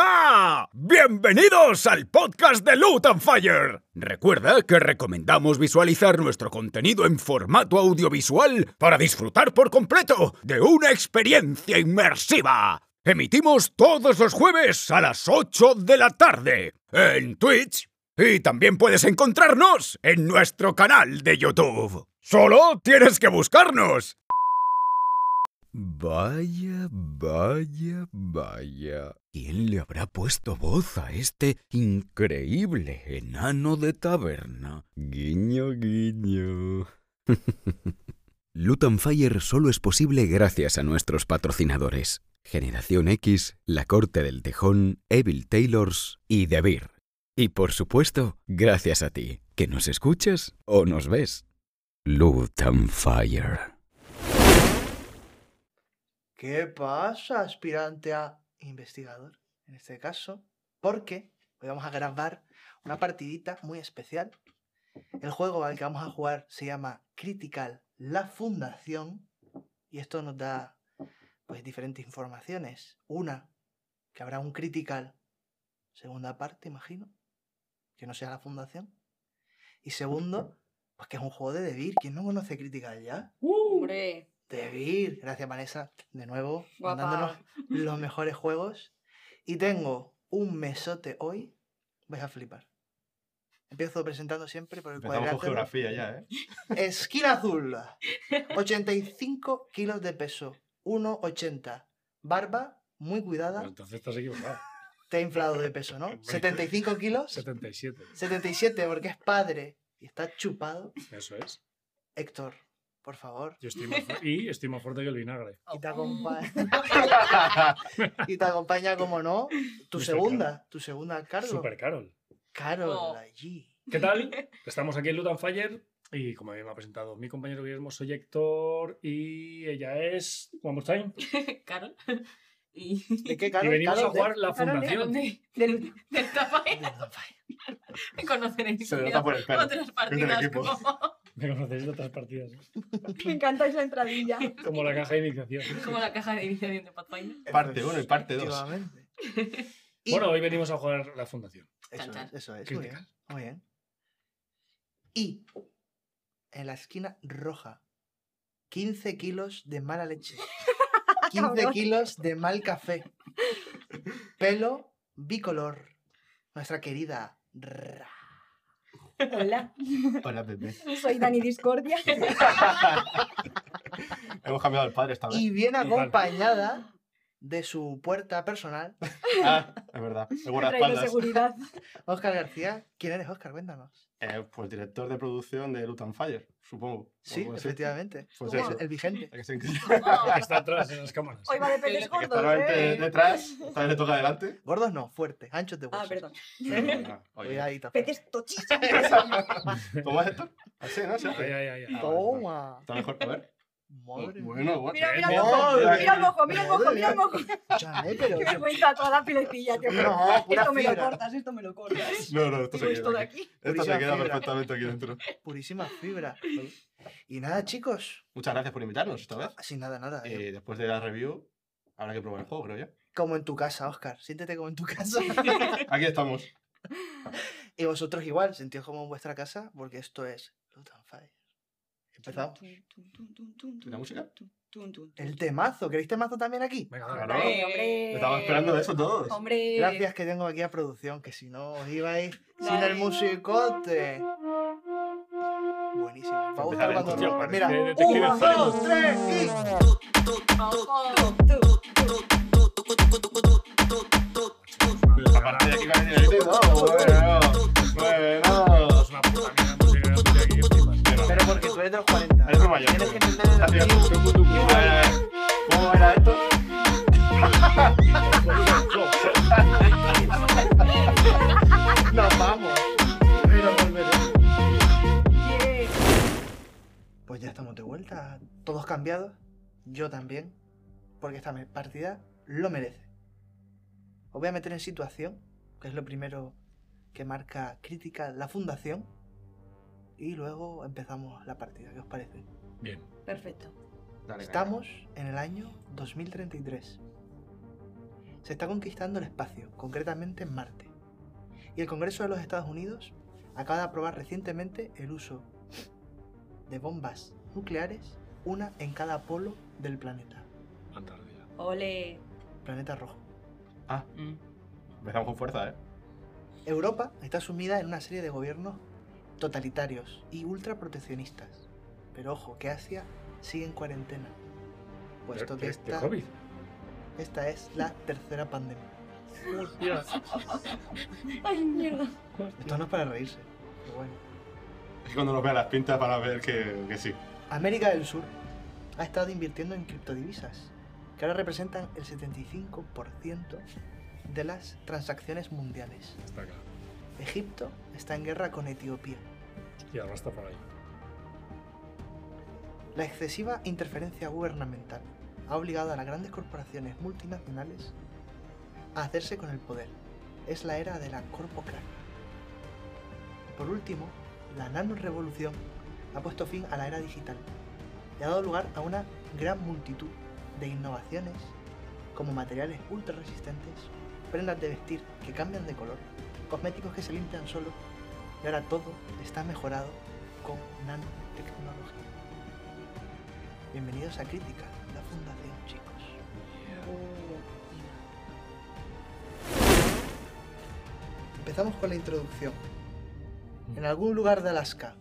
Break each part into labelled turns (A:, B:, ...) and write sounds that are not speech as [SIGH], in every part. A: Hola, bienvenidos al podcast de Loot and Fire. Recuerda que recomendamos visualizar nuestro contenido en formato audiovisual para disfrutar por completo de una experiencia inmersiva. Emitimos todos los jueves a las 8 de la tarde en Twitch y también puedes encontrarnos en nuestro canal de YouTube. Solo tienes que buscarnos. Vaya, vaya, vaya. ¿Quién le habrá puesto voz a este increíble enano de taberna? Guiño, guiño. [LAUGHS] Luton Fire solo es posible gracias a nuestros patrocinadores. Generación X, La Corte del Tejón, Evil Taylors y The Beer. Y por supuesto, gracias a ti, que nos escuchas o nos ves. Luton Fire.
B: ¿Qué pasa, aspirante a investigador? En este caso, porque hoy vamos a grabar una partidita muy especial. El juego al que vamos a jugar se llama Critical La Fundación y esto nos da pues diferentes informaciones. Una, que habrá un Critical segunda parte, imagino, que no sea la Fundación. Y segundo, pues que es un juego de Devir. ¿Quién no conoce Critical ya?
C: Hombre,
B: Devir, gracias Vanessa, de nuevo,
C: Guapa.
B: mandándonos los mejores juegos. Y tengo un mesote hoy, vais a flipar. Empiezo presentando siempre por el
D: Empezamos con
B: cuadrilátero.
D: geografía ya, ¿eh?
B: Esquina azul, 85 kilos de peso, 1,80. Barba, muy cuidada,
E: Entonces estás equivocado.
B: te he inflado de peso, ¿no? 75 kilos,
E: 77.
B: 77 porque es padre y está chupado.
E: Eso es.
B: Héctor, por favor.
E: Yo estoy más fu- y estoy más fuerte que el vinagre.
B: Y te acompaña. [LAUGHS] y te acompaña, como no, tu
E: Mr.
B: segunda, tu segunda, Carlos.
E: Super Carol.
B: Carol
C: Oh.
B: allí.
E: ¿Qué tal? [LAUGHS] Estamos aquí en Lutan Fire y como bien me ha presentado mi compañero Guillermo, soy Héctor y ella es One More Time.
C: Carol. Y...
B: ¿De qué,
E: Y
B: Carol?
E: venimos a
B: Carol, [LAUGHS] de-
E: jugar la
C: Carol era
E: fundación.
C: de- del, del tamaño.
B: de Don Fai.
C: Me conoceréis.
D: Se le
C: mira,
D: nota por el pelo.
C: Otras partidas
D: equipo.
C: como,
E: [LAUGHS] Me conocéis de otras partidas.
F: [LAUGHS] Me encanta esa entradilla.
E: Como la caja de iniciación.
C: como la caja de iniciación de Pathfinder.
D: Parte uno y parte
E: [LAUGHS]
D: dos.
B: Efectivamente. Y-
E: Bueno, hoy venimos a jugar la fundación.
B: Eso
C: Chan,
B: es, eso es. Muy
E: Critical.
B: bien, muy bien. Y en la esquina roja, 15 kilos de mala leche. 15
F: Cabrón.
B: kilos de mal café. Pelo bicolor. Nuestra querida Ra.
F: Hola,
D: Hola, Pepe.
F: soy Dani Discordia.
D: Hemos cambiado el padre esta vez.
B: Y viene
E: Igual.
B: acompañada de su puerta personal,
D: [LAUGHS] Ah, es
F: [LAUGHS]
D: verdad. El
F: He traído
D: guardaespaldas.
F: seguridad.
B: Óscar García. ¿Quién eres, Óscar? Cuéntanos.
D: Eh, pues director de producción de Luton Fire, supongo. o
B: Sí,
D: algo así.
B: efectivamente.
D: Pues
B: Es
D: eso.
B: el vigente.
D: Hay que ser
F: [LAUGHS]
D: increíble.
E: La que está atrás en las cámaras.
F: Hoy va de peces
D: Hay que
F: gordos,
D: estar realmente
F: ¿eh?
D: detrás, esta vez le
F: [LAUGHS]
D: toca adelante.
B: Gordos no, fuertes, anchos de huesos.
F: Ah, perdón.
D: Oye,
B: Cuidadito.
F: Peces tochillas.
D: ¿Cómo es esto? Así, ¿no? Sí.
E: Ay, ay, ay, ay.
B: Toma.
D: Está mejor, a ver.
B: Madre mía.
D: Oh, Bueno, bueno.
F: Mira, mira el
E: Bien,
F: mojo,
B: bien,
F: mira el
B: bien.
F: mojo, mira el mojo, mira el mojo.
D: [LAUGHS]
B: Escúchame, eh, pero
F: Qué
B: yo-
F: vergüenza toda la filecilla, tío.
B: No, pura
F: Esto me lo
B: fibra.
F: cortas, esto me lo cortas.
D: No, no, esto
F: Digo
D: se
F: esto de
D: queda. aquí.
F: aquí.
D: Esto
B: Purísima
D: se queda
B: fibra.
D: perfectamente aquí dentro.
B: Purísima fibra. Y nada, chicos.
D: Muchas gracias por invitarnos esta vez.
B: Sin nada, nada. eh.
D: Eh, después de la review, habrá que probar el juego, creo yo.
B: Como en tu casa, Óscar. Siéntete como en tu casa.
D: Aquí estamos.
B: [LAUGHS] y vosotros igual, sentíos como en vuestra casa, porque esto es Loot and Fire. Empezamos.
D: ¿La música?
B: El temazo. ¿Queréis temazo también aquí?
E: Venga,
D: Claro.
E: venga.
F: Hombre,
D: Me
F: Eh, hombre.
D: Estamos esperando de eso todos.
F: Hombre.
B: Gracias que tengo aquí a producción, que si no os ibais sin
F: Dale.
B: el musicote. Buenísimo. Va a
D: Empezar
B: gustar
D: el
B: cuando-
D: tutorial, Eh, parece
B: Mira,
E: Detective
B: uno,
E: Conan.
B: dos, tres y.
C: Ojo.
D: La parte de aquí va a venir el dedo. Bueno, bueno.
E: Es una puta mierda, no sé qué hacer aquí, flipas.
B: Pero porque tú eres de los 40.
D: Eres muy mayor.
B: Tienes que entender el
D: Gracias.
B: antiguo.
D: A ver, a ver. ¿Cómo era esto?
B: Nos vamos. Pero volveremos.
F: Bien.
B: Pues ya estamos de vuelta, todos cambiados, yo también, porque esta me- partida lo merece. Os voy a meter en situación, que es lo primero que marca crítica la fundación, y luego empezamos la partida, ¿qué os parece?
E: Bien.
F: Perfecto.
D: Dale, venga.
B: Estamos en el año 2033. se está conquistando el espacio, concretamente en Marte. Y el Congreso de los Estados Unidos acaba de aprobar recientemente el uso de bombas nucleares, una en cada polo del planeta,
E: Antártida.
F: Ole.
B: planeta rojo.
G: Ah, empezamos con fuerza, ¿eh?
B: Europa está sumida en una serie de gobiernos totalitarios y ultraproteccionistas. Pero ojo, que Asia sigue en cuarentena, puesto
E: De-
B: Pues que
E: de-
B: esta,
E: de Este COVID.
B: esta es la tercera pandemia.
F: Ay, mierda.
B: Esto no es para reírse, pero bueno.
G: Es cuando nos vean las pintas para ver que, que sí.
B: América del Sur ha estado invirtiendo en criptodivisas, que ahora representan el 75% de las transacciones mundiales.
E: Está claro.
B: Egipto está en guerra con Etiopía.
E: Y ahora está por ahí.
B: La excesiva interferencia gubernamental ha obligado a las grandes corporaciones multinacionales a hacerse con el poder. Es la era de la corpocracia. Por último, la nanorevolución ha puesto fin a la era digital y ha dado lugar a una gran multitud de innovaciones como materiales ultra resistentes, prendas de vestir que cambian de color, cosméticos que se limpian solo y ahora todo está mejorado con nanotecnología. Bienvenidos a Crítica, la fundación, chicos. Empezamos con la introducción. En algún lugar de Alaska,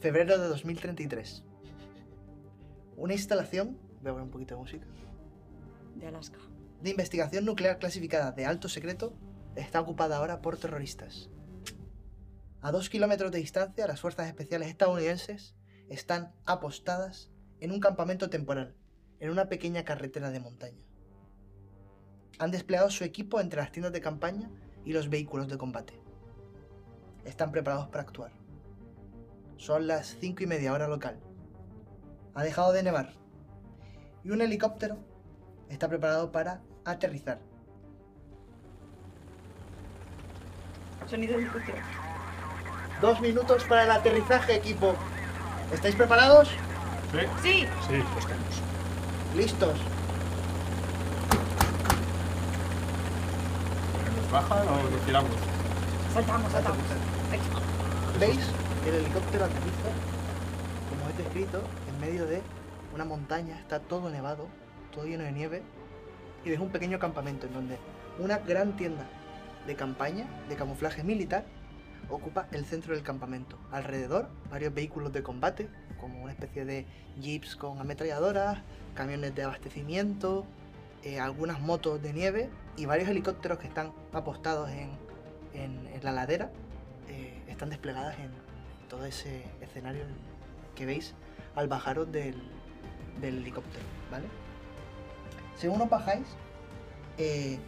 B: febrero de 2033, una instalación, voy a poner un poquito de música,
F: De Alaska.
B: de investigación nuclear clasificada de alto secreto está ocupada ahora por terroristas. A dos kilómetros de distancia, las fuerzas especiales estadounidenses están apostadas en un campamento temporal, en una pequeña carretera de montaña. Han desplegado su equipo entre las tiendas de campaña y los vehículos de combate. Están preparados para actuar. Son las cinco y media hora local. Ha dejado de nevar. Y un helicóptero está preparado para aterrizar.
H: Sonido de helicóptero.
B: Dos minutos para el aterrizaje, equipo. ¿Estáis preparados?
H: Sí.
E: Sí, pues lo estamos.
B: Listos.
G: ¿Nos bajan o nos tiramos?
H: Saltamos, saltamos.
B: ¿Veis? El helicóptero aterriza, como es descrito, en medio de una montaña. Está todo nevado, todo lleno de nieve. Y ves un pequeño campamento en donde una gran tienda de campaña, de camuflaje militar, ocupa el centro del campamento. Alrededor, varios vehículos de combate, como una especie de jeeps con ametralladoras, camiones de abastecimiento, eh, algunas motos de nieve y varios helicópteros que están apostados en, en- en la ladera, eh, están desplegadas en todo ese escenario que veis al bajaros del, del helicóptero, ¿vale? Según os bajáis, eh,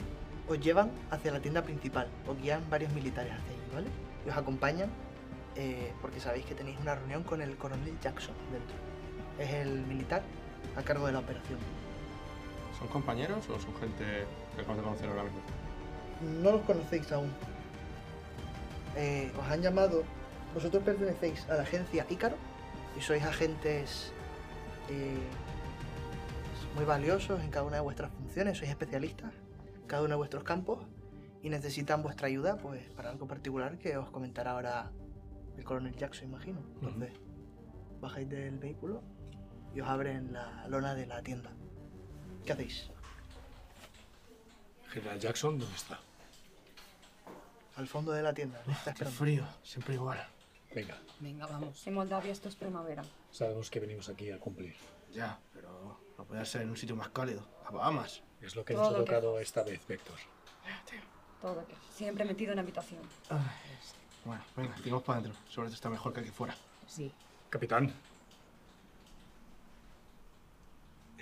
B: os llevan hacia la tienda principal, os guían varios militares hacia allí, ¿vale? Y os acompañan eh, porque sabéis que tenéis una reunión con el coronel Jackson dentro. Es el militar a cargo de la operación.
G: ¿Son compañeros o son gente que acabamos de conocer ahora mismo?
B: No los conocéis aún. Eh, os han llamado. Vosotros pertenecéis a la agencia Ícaro y sois agentes eh, muy valiosos en cada una de vuestras funciones, sois especialistas en cada uno de vuestros campos y necesitan vuestra ayuda pues para algo particular que os comentará ahora el coronel Jackson, imagino. Entonces, bajáis del vehículo y os abren la lona de la tienda. ¿Qué hacéis?
E: General Jackson, ¿dónde está?
B: Al fondo de la tienda. le está esperando.
E: siempre igual. Venga,
C: Venga, vamos.
F: En Moldavia esto es primavera.
E: sabemos que venimos aquí a cumplir.
I: Ya, pero no puede ser en un sitio más cálido. A Bahamas.
E: Es lo que
F: Todo
E: nos ha
F: que-
E: tocado esta vez, Vector.
F: Todo que siempre metido en habitación.
I: Bueno, venga, sigamos para adentro. Sobre todo está mejor que aquí fuera.
C: Sí.
E: Capitán,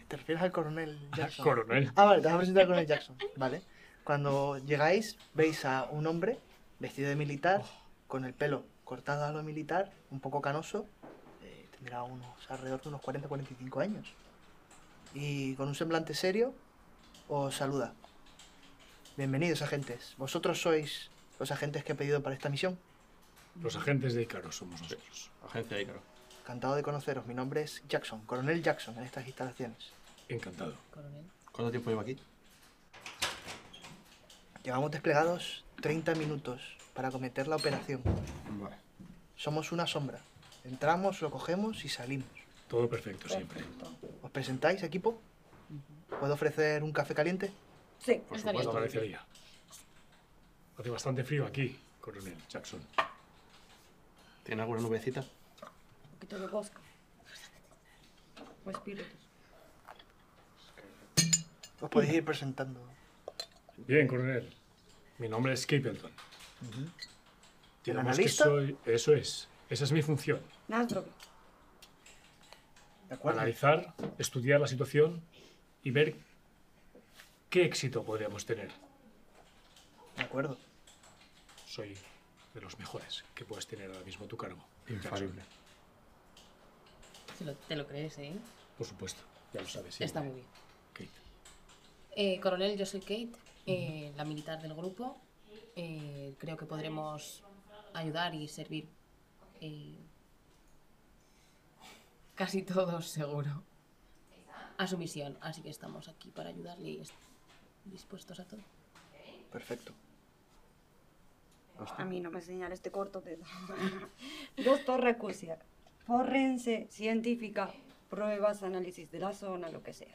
B: ¿Te refieres al coronel Jackson?
E: coronel.
B: Ah, vale, te vas a presentar al coronel Jackson. Vale. Cuando llegáis, veis a un hombre vestido de militar, con el pelo cortado a lo militar, un poco canoso. eh, tendrá unos, alrededor de unos 40-45 años. Y con un semblante serio, os saluda. Bienvenidos, agentes. Vosotros sois los agentes que he pedido para esta misión.
E: Los agentes de Icaro somos nosotros.
G: Agencia Ícaro.
B: Encantado de conoceros. Mi nombre es Jackson, coronel Jackson, en estas instalaciones.
E: Encantado.
C: Coronel.
G: ¿Cuánto tiempo llevo aquí?
B: Llevamos desplegados 30 minutos para cometer la operación.
I: Vale.
B: Somos una sombra. Entramos, lo cogemos y salimos.
E: Todo perfecto siempre.
F: Perfecto.
B: ¿Os presentáis, equipo? ¿Puedo ofrecer un café caliente?
F: Sí.
E: Por
C: Estaría
E: supuesto,
C: bien.
E: agradecería. Hace bastante frío aquí, coronel Jackson.
I: ¿Tiene alguna nubecita?
F: Un poquito de bosca. O espíritus.
B: Os podéis ir presentando.
E: Bien, coronel. Mi nombre es Capleton. Digamos que
B: analista?
E: soy. Eso es. Esa es mi función.
F: Nasdrog.
B: ¿De acuerdo?
E: Analizar, estudiar la situación y ver qué éxito podríamos tener.
B: De acuerdo.
E: Soy de los mejores que puedes tener ahora mismo a tu cargo.
I: Infalible.
E: Jackson.
C: Te lo, te lo crees, ¿eh?
E: Por supuesto. Ya lo sabes. siempre,
C: Está muy bien.
E: Kate.
C: Eh, coronel, yo soy Kate, eh, la militar del grupo. Eh, creo que podremos ayudar y servir. eh, casi todos, seguro. A su misión. Así que estamos aquí para ayudarle y est- dispuestos a todo.
B: Perfecto.
F: A mí no me señales este corto dedo. [LAUGHS] Dos torres cusiac. Forense, científica, pruebas, análisis de la zona, lo que sea.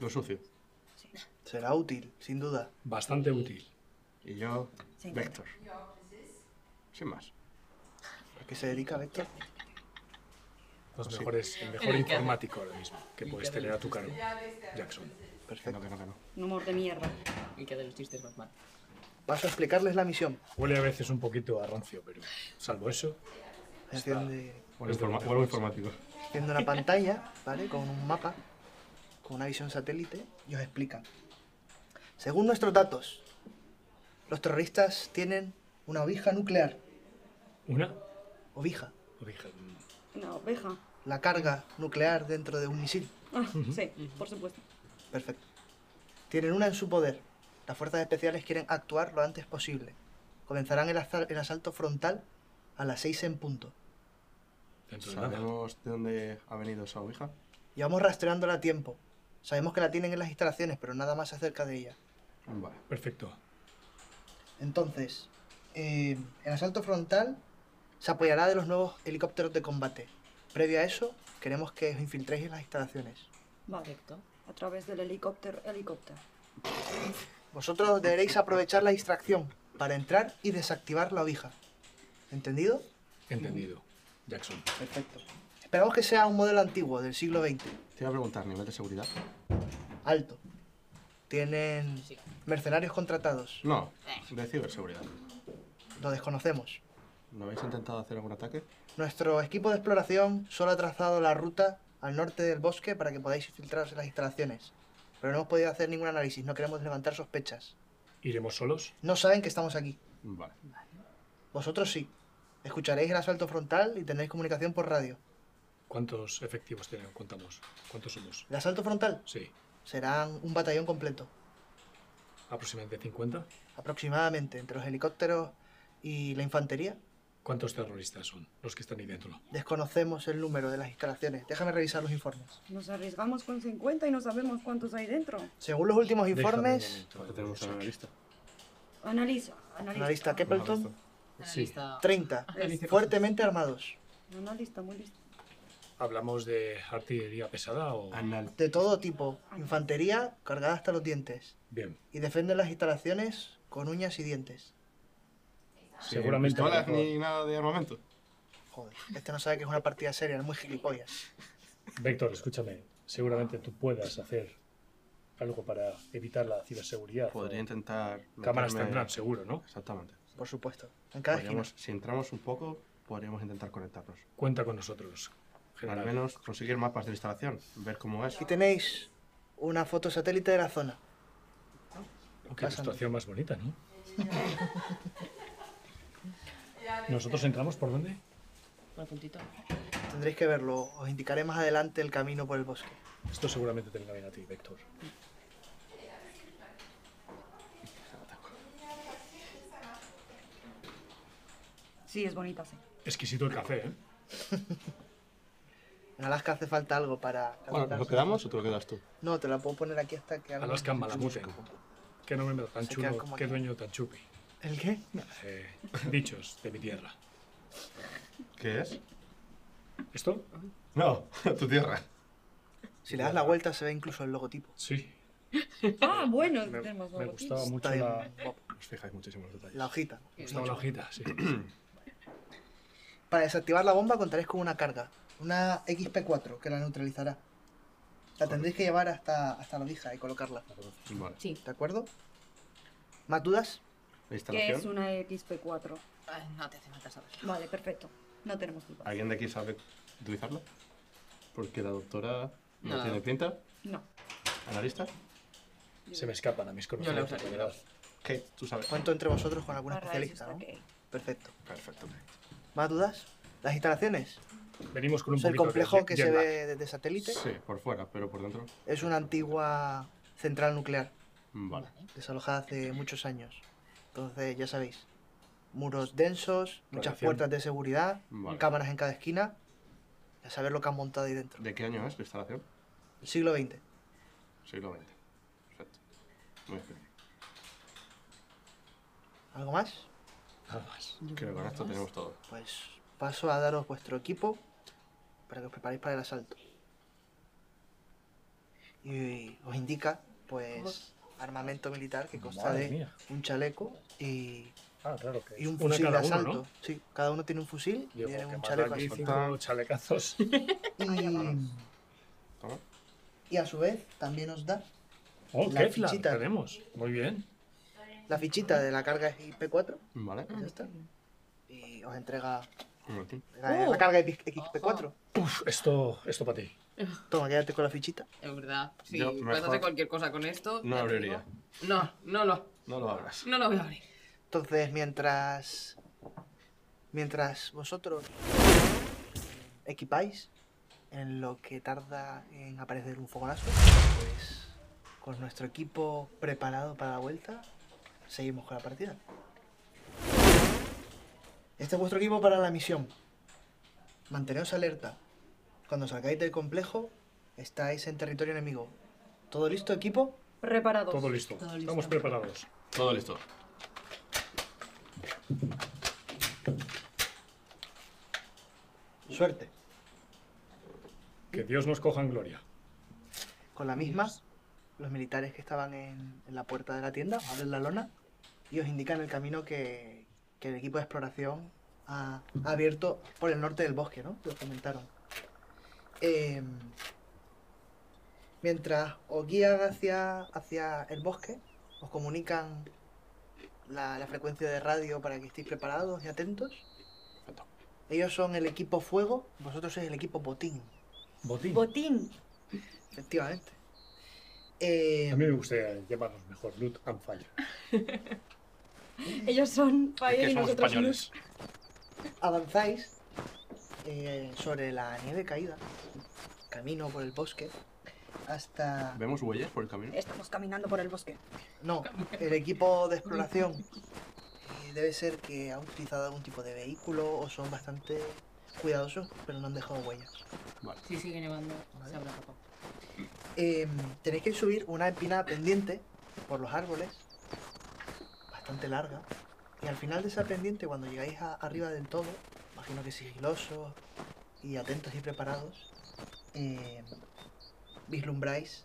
I: Lo sucio.
B: Será útil, sin duda.
E: Bastante útil.
I: Y yo,
F: Sí.
I: Vector. Sin más.
B: ¿A qué se dedica Vector?
E: Los
I: Sí.
E: mejores, el mejor informático ahora mismo que puedes tener a tu cargo, Jackson.
I: Que no,
B: Perfecto.
I: que no, que no.
F: Un humor de mierda.
C: Y que de los chistes más mal.
B: Paso a explicarles la misión.
E: Huele a veces un poquito a rancio, pero salvo eso,
B: Enciende,
I: Bueno,
E: Es de
I: informa-
E: lo
I: vuelvo
E: mejor.
I: informático.
B: enciende una pantalla, ¿vale? Con un mapa, con una visión satélite, y os explican. Según nuestros datos, los terroristas tienen una ovija nuclear.
E: una
B: Ovija.
E: oveja.
F: Una oveja.
B: La carga nuclear dentro de un misil.
F: Ah, sí, por supuesto.
B: Perfecto. Tienen una en su poder. Las fuerzas especiales quieren actuar lo antes posible. Comenzarán el, aza- el asalto frontal a las 6 en punto.
E: Dentro de nada.
I: ¿Sabemos de dónde ha venido esa ouija?
B: Llevamos rastreándola a tiempo. Sabemos que la tienen en las instalaciones, pero nada más acerca de ella.
I: Vale.
E: Perfecto.
B: Entonces, eh, el asalto frontal se apoyará de los nuevos helicópteros de combate. Previo a eso, queremos que os infiltréis en las instalaciones.
F: Vale.
C: Perfecto.
F: A través del helicóptero, helicóptero.
B: Vosotros deberéis aprovechar la distracción para entrar y desactivar la ouija. ¿Entendido?
E: Entendido. Jackson.
B: Perfecto. Esperamos que sea un modelo antiguo, del siglo XX.
I: Te iba a preguntar, nivel de seguridad.
B: Alto. Tienen
C: Sí.
B: mercenarios contratados.
I: No, de ciberseguridad.
B: Lo desconocemos.
I: ¿No habéis intentado hacer algún ataque?
B: Nuestro equipo de exploración solo ha trazado la ruta al norte del bosque para que podáis infiltraros en las instalaciones. Pero no hemos podido hacer ningún análisis, no queremos levantar sospechas.
E: ¿Iremos solos?
B: No saben que estamos aquí.
I: Vale.
B: Vosotros sí. Escucharéis el asalto frontal y tendréis comunicación por radio.
E: ¿Cuántos efectivos tenemos? Contamos. ¿Cuántos somos?
B: El asalto frontal
E: Sí.
B: serán un batallón completo,
E: ¿Aproximadamente 50?
B: aproximadamente, entre los helicópteros y la infantería.
E: ¿Cuántos terroristas son los que están ahí dentro?
B: Desconocemos el número de las instalaciones. Déjame revisar los informes.
F: Nos arriesgamos con 50 y no sabemos cuántos hay dentro.
B: Según los últimos
E: Déjame
B: informes,
E: un momento.
I: tenemos en la lista.
F: Analiza, analiza.
B: analista Keppelton,
C: Analista.
B: 30.
C: Analice
B: Fuertemente armados.
F: Analista, muy listo.
E: ¿Hablamos de artillería pesada o...?
I: Anal.
B: De todo tipo. Infantería cargada hasta los dientes.
E: Bien.
B: Y defienden las instalaciones con uñas y dientes.
I: Sin
E: Seguramente
I: pistolas
E: a lo mejor-
I: ni nada de armamento.
B: Joder, este no sabe que es una partida seria, es muy gilipollas.
E: Víctor, escúchame. Seguramente tú puedas hacer algo para evitar la ciberseguridad.
I: Podría intentar.
E: Cámaras
I: meterme-
E: tendrán, seguro, ¿no?
I: Exactamente.
B: Por supuesto. En cada esquina.
I: Podríamos- si entramos un poco, podríamos intentar conectarnos.
E: Cuenta con nosotros, general.
I: Al menos conseguir mapas de la instalación, ver cómo es.
B: Aquí tenéis una foto satélite de la zona.
E: Oh, Qué
B: Pásame.
E: situación más bonita, ¿no? [LAUGHS] ¿Nosotros entramos por dónde?
C: Por el puntito.
B: Tendréis que verlo. Os indicaré más adelante el camino por el bosque.
E: Esto seguramente te venga bien a ti, Vector.
F: Sí, es bonita, sí.
E: Exquisito el café, ¿eh?
B: En Alaska hace falta algo para...
I: Bueno, ¿nos quedamos o te lo quedas tú?
B: No, te la puedo poner aquí hasta que... algo-
E: Alaska Malamute. Qué nombre tan
B: Se queda
E: chulo,
B: como
E: qué
B: aquí.
E: dueño tan chupi.
B: ¿El qué?
E: Eh, dichos de mi tierra.
I: ¿Qué es?
E: ¿Esto?
I: No, [LAUGHS] tu tierra.
B: Si le das la vuelta se ve incluso el logotipo.
E: Sí.
F: Ah, bueno,
E: Me,
F: tenemos
E: me gustaba
F: logotipos.
E: mucho
B: Está bien
E: la,
B: guapo.
I: Os fijáis muchísimo en los detalles.
B: La hojita.
E: me gustaba la hojita, sí.
B: Para desactivar la bomba contaréis con una carga, una XP4 que la neutralizará. La tendréis que llevar hasta, hasta la vija y colocarla,
I: Vale.
C: Sí.
B: ¿de acuerdo? ¿Más dudas?
I: La
F: Que es
I: instalación.
F: una XP4.
C: Ah, No te hace falta saberlo.
F: Vale, perfecto. No tenemos dudas.
I: ¿Alguien de aquí sabe utilizarla? Porque la doctora no,
C: No.
I: tiene pinta.
F: No.
I: ¿Analista?
E: Se me escapan a mis conocimientos.
C: usaría.
E: de verdad.
I: ¿Qué? ¿Tú sabes?
B: Cuento entre vosotros con algún
F: Para eso
B: especialista,
F: está
B: ¿no?
F: que-
B: Perfecto.
I: Perfecto.
B: ¿Más dudas? ¿Las instalaciones?
E: Venimos con un
B: Es el
E: poquito de
B: complejo
E: jet-
B: que
E: jet
B: se
E: lag.
B: ve desde satélite.
I: Sí, por fuera, pero por dentro.
B: Es una antigua central nuclear,
I: Vale.
B: desalojada hace muchos años. Entonces, ya sabéis, muros densos, muchas
E: Radiación.
B: puertas de seguridad,
I: Vale.
B: cámaras en cada esquina. A saber lo que han montado ahí dentro.
I: ¿De qué año es la instalación?
B: El siglo XX.
I: Siglo XX. Perfecto. Muy bien.
B: ¿Algo más?
E: Nada más.
I: Creo que con esto tenemos todo.
B: Pues paso a daros vuestro equipo para que os preparéis para el asalto. Y os indica, pues, armamento militar que consta
E: Madre
B: de
E: mía.
B: un chaleco y,
E: Ah, claro que
B: y un
E: una
B: fusil de
E: cada uno,
B: asalto.
E: ¿no?
B: Sí, cada uno tiene un fusil y
E: Digo,
B: tiene
E: que
B: un
E: más
B: chaleco
E: da aquí
B: asalto. [LAUGHS]
E: cinco chalecazos.
B: Y,
I: Toma.
B: y a su vez también os da
E: Oh,
B: La
E: qué flan
B: fichita.
E: tenemos. Muy bien.
B: la fichita de la carga IP4.
I: Vale.
B: Ya está. Y os entrega
I: Un momentín.
B: la, la carga XP4.
E: Uf, esto, esto para ti.
B: Toma, quédate con la fichita.
C: Es verdad. Si
I: Yo
C: puedes
I: mejor
C: hacer cualquier cosa con esto.
I: No
C: ya te
I: abriría.
C: digo. No, no lo,
I: No lo abras.
C: no lo voy a abrir.
B: Entonces, mientras. Mientras vosotros equipáis, en lo que tarda en aparecer un fogonazo, pues con nuestro equipo preparado para la vuelta, seguimos con la partida. Este es vuestro equipo para la misión. Manteneos alerta. Cuando salgáis del complejo, estáis en territorio enemigo. ¿Todo listo, equipo?
F: Preparados.
E: Todo listo.
C: Todo listo.
E: Estamos preparados.
I: Todo listo.
B: Suerte.
E: Que Dios nos coja en gloria.
B: Con la misma, los militares que estaban en, en la puerta de la tienda os abren la lona y os indican el camino que, que el equipo de exploración ha, ha abierto por el norte del bosque, ¿no? Lo comentaron. Em, mientras os guían hacia, hacia el bosque, os comunican la, la frecuencia de radio para que estéis preparados y atentos.
I: Perfecto.
B: Ellos son el equipo fuego, vosotros sois el equipo botín,
E: Botín.
F: Botín.
B: efectivamente. Em,
E: A mí me gustaría llamarnos mejor Loot and Fire.
F: Ellos son
I: Es
F: Fire
I: que
F: y
I: somos
F: nosotros
I: españoles.
B: avanzáis eh, sobre la nieve caída, camino por el bosque, hasta...
I: ¿Vemos huellas por el camino?
F: no. Estamos caminando por el bosque.
B: No, el equipo de exploración eh, debe ser que ha utilizado algún tipo de vehículo o son bastante cuidadosos, pero no han dejado huellas.
I: Vale.
C: Si sigue nevando,
B: Vale.
C: se habrá tapado.
B: Eh, tenéis que subir una empinada pendiente por los árboles, bastante larga, y al final de esa pendiente, cuando llegáis a- arriba del todo, imagino que sigilosos y atentos y preparados, eh, vislumbráis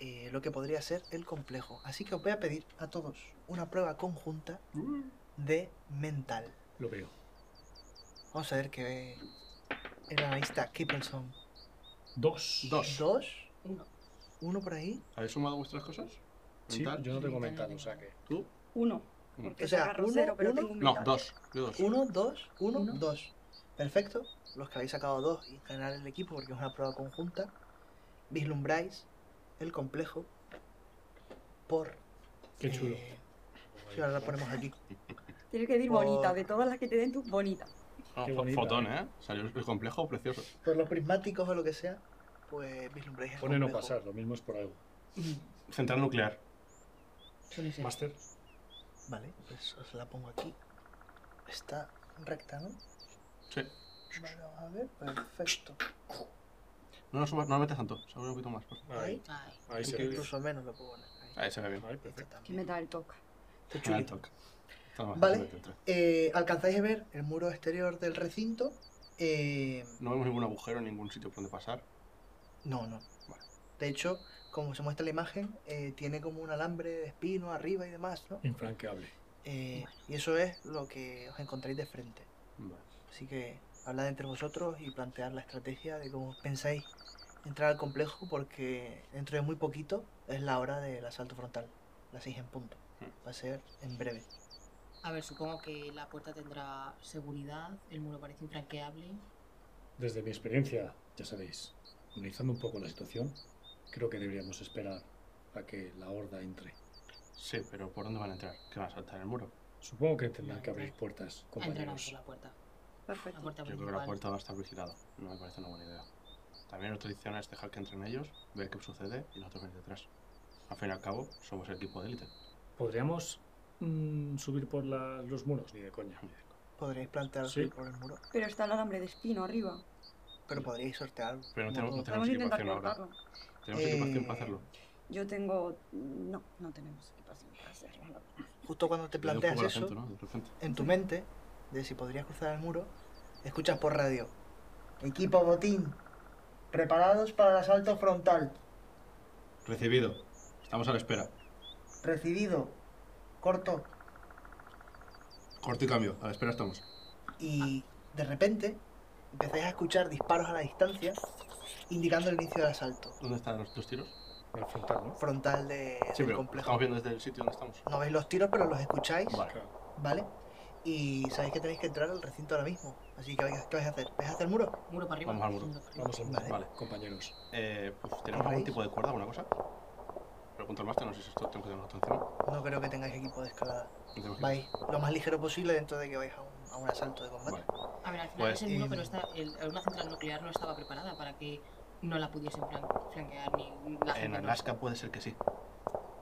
B: eh, lo que podría ser el complejo. Así que os voy a pedir a todos una prueba conjunta de mental.
E: Lo veo.
B: Vamos a ver que el analista Kippelson
E: Dos.
I: Dos.
B: 2,
C: Uno.
B: 1 por ahí.
I: ¿Habéis sumado vuestras cosas?
E: Sí,
I: Mental.
E: yo no tengo
C: Mental,
E: mental,
C: no
E: o sea que.
I: ¿Tú?
F: Uno.
I: Mm.
F: Porque
B: O sea,
F: yo agarro
B: uno,
F: cero, pero
B: uno.
F: tengo un
I: No,
F: mitad.
I: dos. Yo dos.
B: 1, 2, 1, 2. Perfecto. Los que habéis sacado 2 y en general el equipo, porque es una prueba conjunta, vislumbráis el complejo por...
E: Qué chulo.
B: eh, sí, ahora la ponemos aquí.
F: Tienes que decir
B: Por-
F: bonita. De todas las que te den tú, bonita.
I: No,
D: Ah,
E: Qué
I: fo-
E: bonita,
I: fotón, ¿eh? Salió el complejo precioso.
E: Pues
B: Por los prismáticos o lo que sea, pues vislumbráis el
E: Pone no
B: complejo.
E: pasar, lo mismo es por algo.
I: Central nuclear.
C: Suele ser.
E: Master.
B: Vale, pues os la pongo aquí. Está recta, ¿no?
I: Sí.
B: Vale, vamos a ver. Perfecto.
I: No lo subas, no lo metas tanto. Sube un poquito más. por favor.
E: Ahí,
C: Ay,
E: ahí se ve.
B: Incluso menos lo puedo poner. Ahí.
D: Ahí se ve bien.
E: Vale, perfecto.
F: que me da el toque.
B: Esto es
D: Ah,
B: chulito.
D: toca. Estamos
B: Vale.
D: bastante dentro.
B: Eh, alcanzáis a ver el muro exterior del recinto. Eh,
D: No vemos ningún agujero, ningún sitio por donde pasar.
B: no, no.
D: Vale.
B: De hecho, como se muestra en la imagen, eh, tiene como un alambre de espino arriba y demás, ¿no?
E: Infranqueable.
B: Eh, y eso es lo que os encontráis de frente.
D: Vale.
B: Así que hablad entre vosotros y plantear la estrategia de cómo pensáis entrar al complejo porque dentro de muy poquito es la hora del asalto frontal. Las 6 en punto.
D: Hmm.
B: Va a ser en breve.
C: A ver, supongo que la puerta tendrá seguridad, el muro parece infranqueable.
E: Desde mi experiencia, ya sabéis, analizando un poco la situación, creo que deberíamos esperar a que la horda entre.
D: Sí, pero ¿por dónde van a entrar? ¿Que van a saltar el muro?
E: Supongo que tendrán que abrir puertas,
C: Entrarán por
E: compañeros.
C: la puerta. La
F: Perfecto.
C: puerta
D: Yo creo que la
C: principal.
D: puerta va a estar vigilada. No me parece una buena idea. También nuestra tradición es dejar que entren ellos, ver qué sucede y nosotros venir detrás. Al fin y al cabo, somos el equipo de élite.
E: ¿Podríamos mm, subir por la- los muros? Ni de coña.
B: Podréis plantearos
E: Sí.
B: ir por el muro,
F: Pero está el alambre de espino arriba.
B: pero podríais sortearlo.
D: Pero no tenemos, no
B: no.
D: tenemos
F: Podemos intentar
D: equipación ahora.
F: cortarlo.
D: Tenemos
B: Eh,
D: equipación para hacerlo.
F: Yo tengo. No, no tenemos equipación para hacerlo. la verdad.
B: Justo cuando te
D: Le doy un
B: planteas
D: poco el
B: eso,
D: acento, ¿no? De repente.
B: en tu mente, de si podrías cruzar el muro, escuchas por radio. Equipo botín, preparados para el asalto frontal.
D: Recibido. Estamos a la espera.
B: Recibido. Corto.
D: Corto y cambio. A la espera estamos.
B: y de repente empezáis a escuchar disparos a la distancia indicando el inicio del asalto
D: ¿Dónde están los dos tiros?
E: Al frontal, ¿no?
B: frontal de,
D: Sí,
B: del
D: pero
B: complejo.
D: estamos viendo desde el sitio donde estamos.
B: No veis los tiros, pero los escucháis,
D: Vale.
B: ¿vale? Y sabéis que tenéis que entrar al recinto ahora mismo. Así que, ¿qué vais a hacer? ¿Vais a hacer el muro?
C: Muro para arriba.
D: Vamos al muro.
C: para arriba.
E: Vamos al muro,
B: Vale.
E: vale, compañeros.
D: Eh, pues, ¿Tenemos algún tipo de cuerda alguna cosa? Pregunto al máster, no sé si esto tengo que tener esto encima. No
B: No creo que tengáis equipo de escalada.
D: tenemos que-
B: Vais lo más ligero posible dentro de que vais a un, a un asalto de combate.
D: Vale.
C: A ver, al final
D: Pues,
C: es el muro,
B: em,
C: pero está, el- una central nuclear no estaba preparada para que no la pudiesen flan- flanquear ni la gente.
D: En
C: no-
D: Alaska puede ser que sí.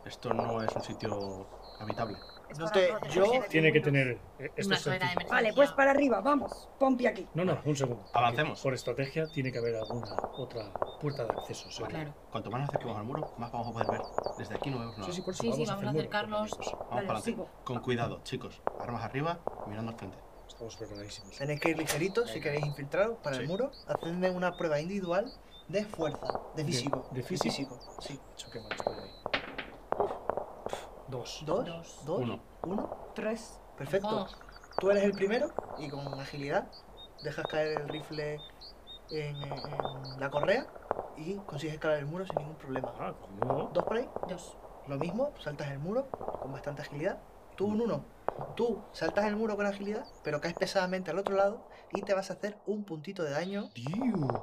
D: Esto no es un sitio habitable.
F: Es
B: No
F: para
B: te-
F: protegerse
B: yo-
F: de
E: Tiene que
F: peligros.
E: tener... eh, Esto
C: una
E: es
C: escalera de
E: sencillo.
C: emergencia.
F: Vale, pues para arriba, vamos. Pompi aquí.
E: No, no, un segundo.
D: Avancemos.
E: Por estrategia tiene que haber alguna otra puerta de acceso. seguro.
C: Claro.
D: Cuanto más nos acerquemos al muro, más vamos a poder ver. Desde aquí no vemos nada.
E: Sí, sí, por eso
C: Sí, sí,
E: vamos,
C: vamos
E: hacia
C: a
E: el muro,
C: acercarnos.
E: compañeros.
D: Vamos para
F: Vale,
D: adelante.
F: sigo.
D: Con cuidado, chicos. Armas arriba, mirando al frente.
E: Estamos preparadísimos.
B: Tenéis que ir ligeritos si
D: Venga.
B: queréis infiltraros para el
D: Sí.
B: muro. Hacedme una prueba individual de fuerza, de
E: De-
B: físico.
E: de físico.
B: Sí.
E: Macho, qué mal estoy ahí. Dos.
B: Dos,
C: Dos.
B: dos,
D: Uno.
B: uno.
F: Tres.
B: Perfecto.
C: Oh,
B: Tú eres el primero y con agilidad dejas caer el rifle en, eh, en la correa y consigues escalar el muro sin ningún problema.
E: Ah, cojonudo.
B: Dos por ahí,
C: Oh, dos.
B: lo mismo, saltas el muro con bastante agilidad. Tú un uno. Tú saltas el muro con agilidad, pero caes pesadamente al otro lado y te vas a hacer un puntito de daño,
E: Tío.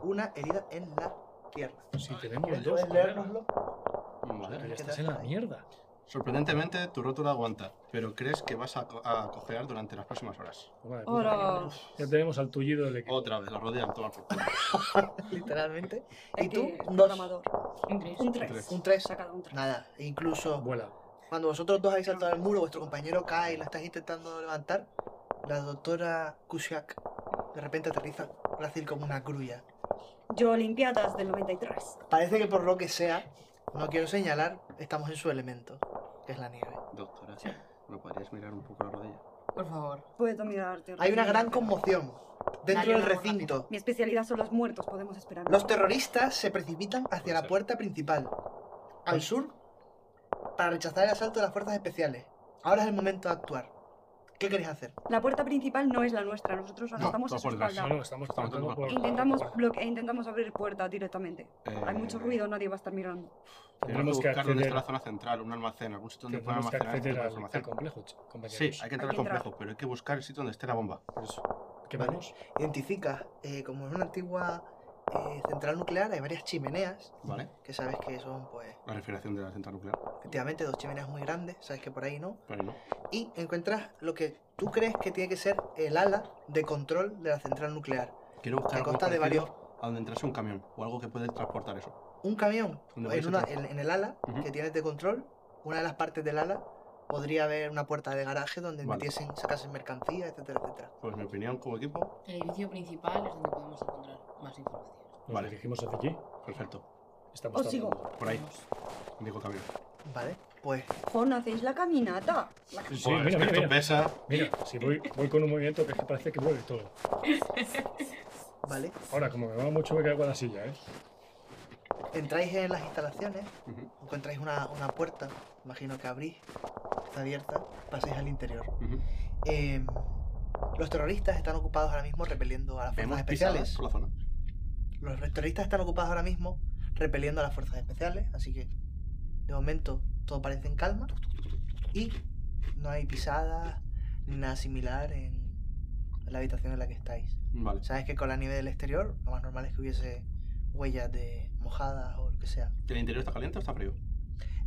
B: una herida en la pierna.
E: Si tenemos
B: ¿Puedes
E: dos.
B: leérnoslo? [LAUGHS]
E: colega,
D: Vale.
E: ya estás en la mierda.
D: Sorprendentemente, tu rótula aguanta, pero crees que vas a, co- a cojear durante las próximas horas.
E: Madre puta.
F: Ahora.
E: Oh, pues Ya tenemos al tullido del equipo.
D: Otra vez, la rodilla al tomar por culo.
B: Literalmente.
F: Es
B: Y
F: que
B: tú,
F: Este, el
B: dos.
F: programador.
C: Un tres.
F: Un
D: tres.
F: tres.
B: Un tres.
F: Sacado un tres.
B: Nada, e incluso
E: Vuela.
B: Cuando vosotros dos habéis saltado el muro, vuestro compañero cae y lo estáis intentando levantar, la doctora Kusiak de repente aterriza grácil como una grulla.
F: Yo Olimpiadas del 93.
B: Parece que por lo que sea, no quiero señalar, estamos en su elemento, que es la nieve.
D: Doctora, ¿me podrías mirar un poco la rodilla?
C: Por favor.
F: Puedo mirarte.
B: Hay una
F: Rodrigo,
B: gran
F: pero-
B: conmoción dentro
C: Nadie
B: del
C: lo hago
B: recinto.
F: Mi especialidad son los muertos, podemos esperar.
B: Los terroristas se precipitan hacia
D: Puede
B: la
D: ser.
B: puerta principal, al sur, para rechazar el asalto de las fuerzas especiales. Ahora es el momento de actuar. ¿Qué queréis hacer?
F: La puerta principal no es la nuestra, nosotros nos
D: No,
F: estamos a
D: todo
F: su
D: por detrás.
E: No,
F: espalda.
E: no, estamos tratando por.
F: Intentamos bloque- intentamos abrir puerta directamente.
D: Eh,
F: Hay mucho ruido, nadie va a estar mirando.
D: Tenemos que buscar dónde
E: acceder-
D: está la zona central, un almacén, algún sitio donde pueda
E: Tendremos que
D: almacenar este
E: acceder
D: tipo de
E: al, al
D: información.
E: complejo, ch-
D: Sí, hay
E: compañeros.
D: que entrar al
F: que entrar.
D: complejo, pero hay que buscar el sitio donde esté la bomba.
E: Por eso. ¿Qué
B: Vale.
E: vamos?
B: Identificas, eh, como en una antigua eh, central nuclear, hay varias chimeneas
D: ¿Vale?
B: que sabes que son, pues,
D: La refrigeración de la central nuclear.
B: efectivamente dos chimeneas muy grandes, sabes que por ahí no,
D: Pero no.
B: y encuentras lo que tú crees que tiene que ser el ala de control de la central nuclear.
D: Quiero buscar
B: Que
D: algo
B: consta de
D: parecido
B: varios-
D: a donde entrase un camión o algo que puede transportar eso.
B: Un camión
D: ¿Dónde vais
B: en, una-
D: atrás?
B: en- en el ala
D: Ujú.
B: que tienes de control, una de las partes del ala, podría haber una puerta de garaje donde
D: Vale.
B: metiesen, sacasen mercancía, etcétera, etcétera.
D: Pues mi opinión como equipo,
C: El edificio principal es donde podemos encontrar más información.
E: Nos
D: Vale.
E: dirigimos hacia allí.
D: perfecto.
E: Estamos
F: Os sigo. [LAUGHS]
E: tardando.
D: Por ahí,
C: Vamos.
D: digo camión.
B: Vale. Pues
F: Jon, hacéis la caminata. La
E: Sí,
D: Joder,
E: mira,
D: es que
E: mira,
D: esto
E: mira.
D: pesa.
E: Mira, si voy, voy con un movimiento que es que parece que mueve todo.
B: Vale,
E: Ahora, como me va mucho, me caigo a la silla, ¿eh?
B: entráis en las instalaciones,
D: Ujú,
B: encontráis una, una puerta, imagino que abrís, está abierta, pasáis al interior.
D: ujú.
B: Eh, los terroristas están ocupados ahora mismo repeliendo a las fuerzas
D: Vemos
B: especiales.
D: pisadas por la zona.
B: Los terroristas están ocupados ahora mismo repeliendo a las fuerzas especiales, así que de momento todo parece en calma y no hay pisadas ni nada similar en la habitación en la que estáis.
D: Vale.
B: Sabes que con la nieve del exterior lo más normal es que hubiese huellas de mojadas o lo que sea.
D: ¿El interior está caliente o está frío?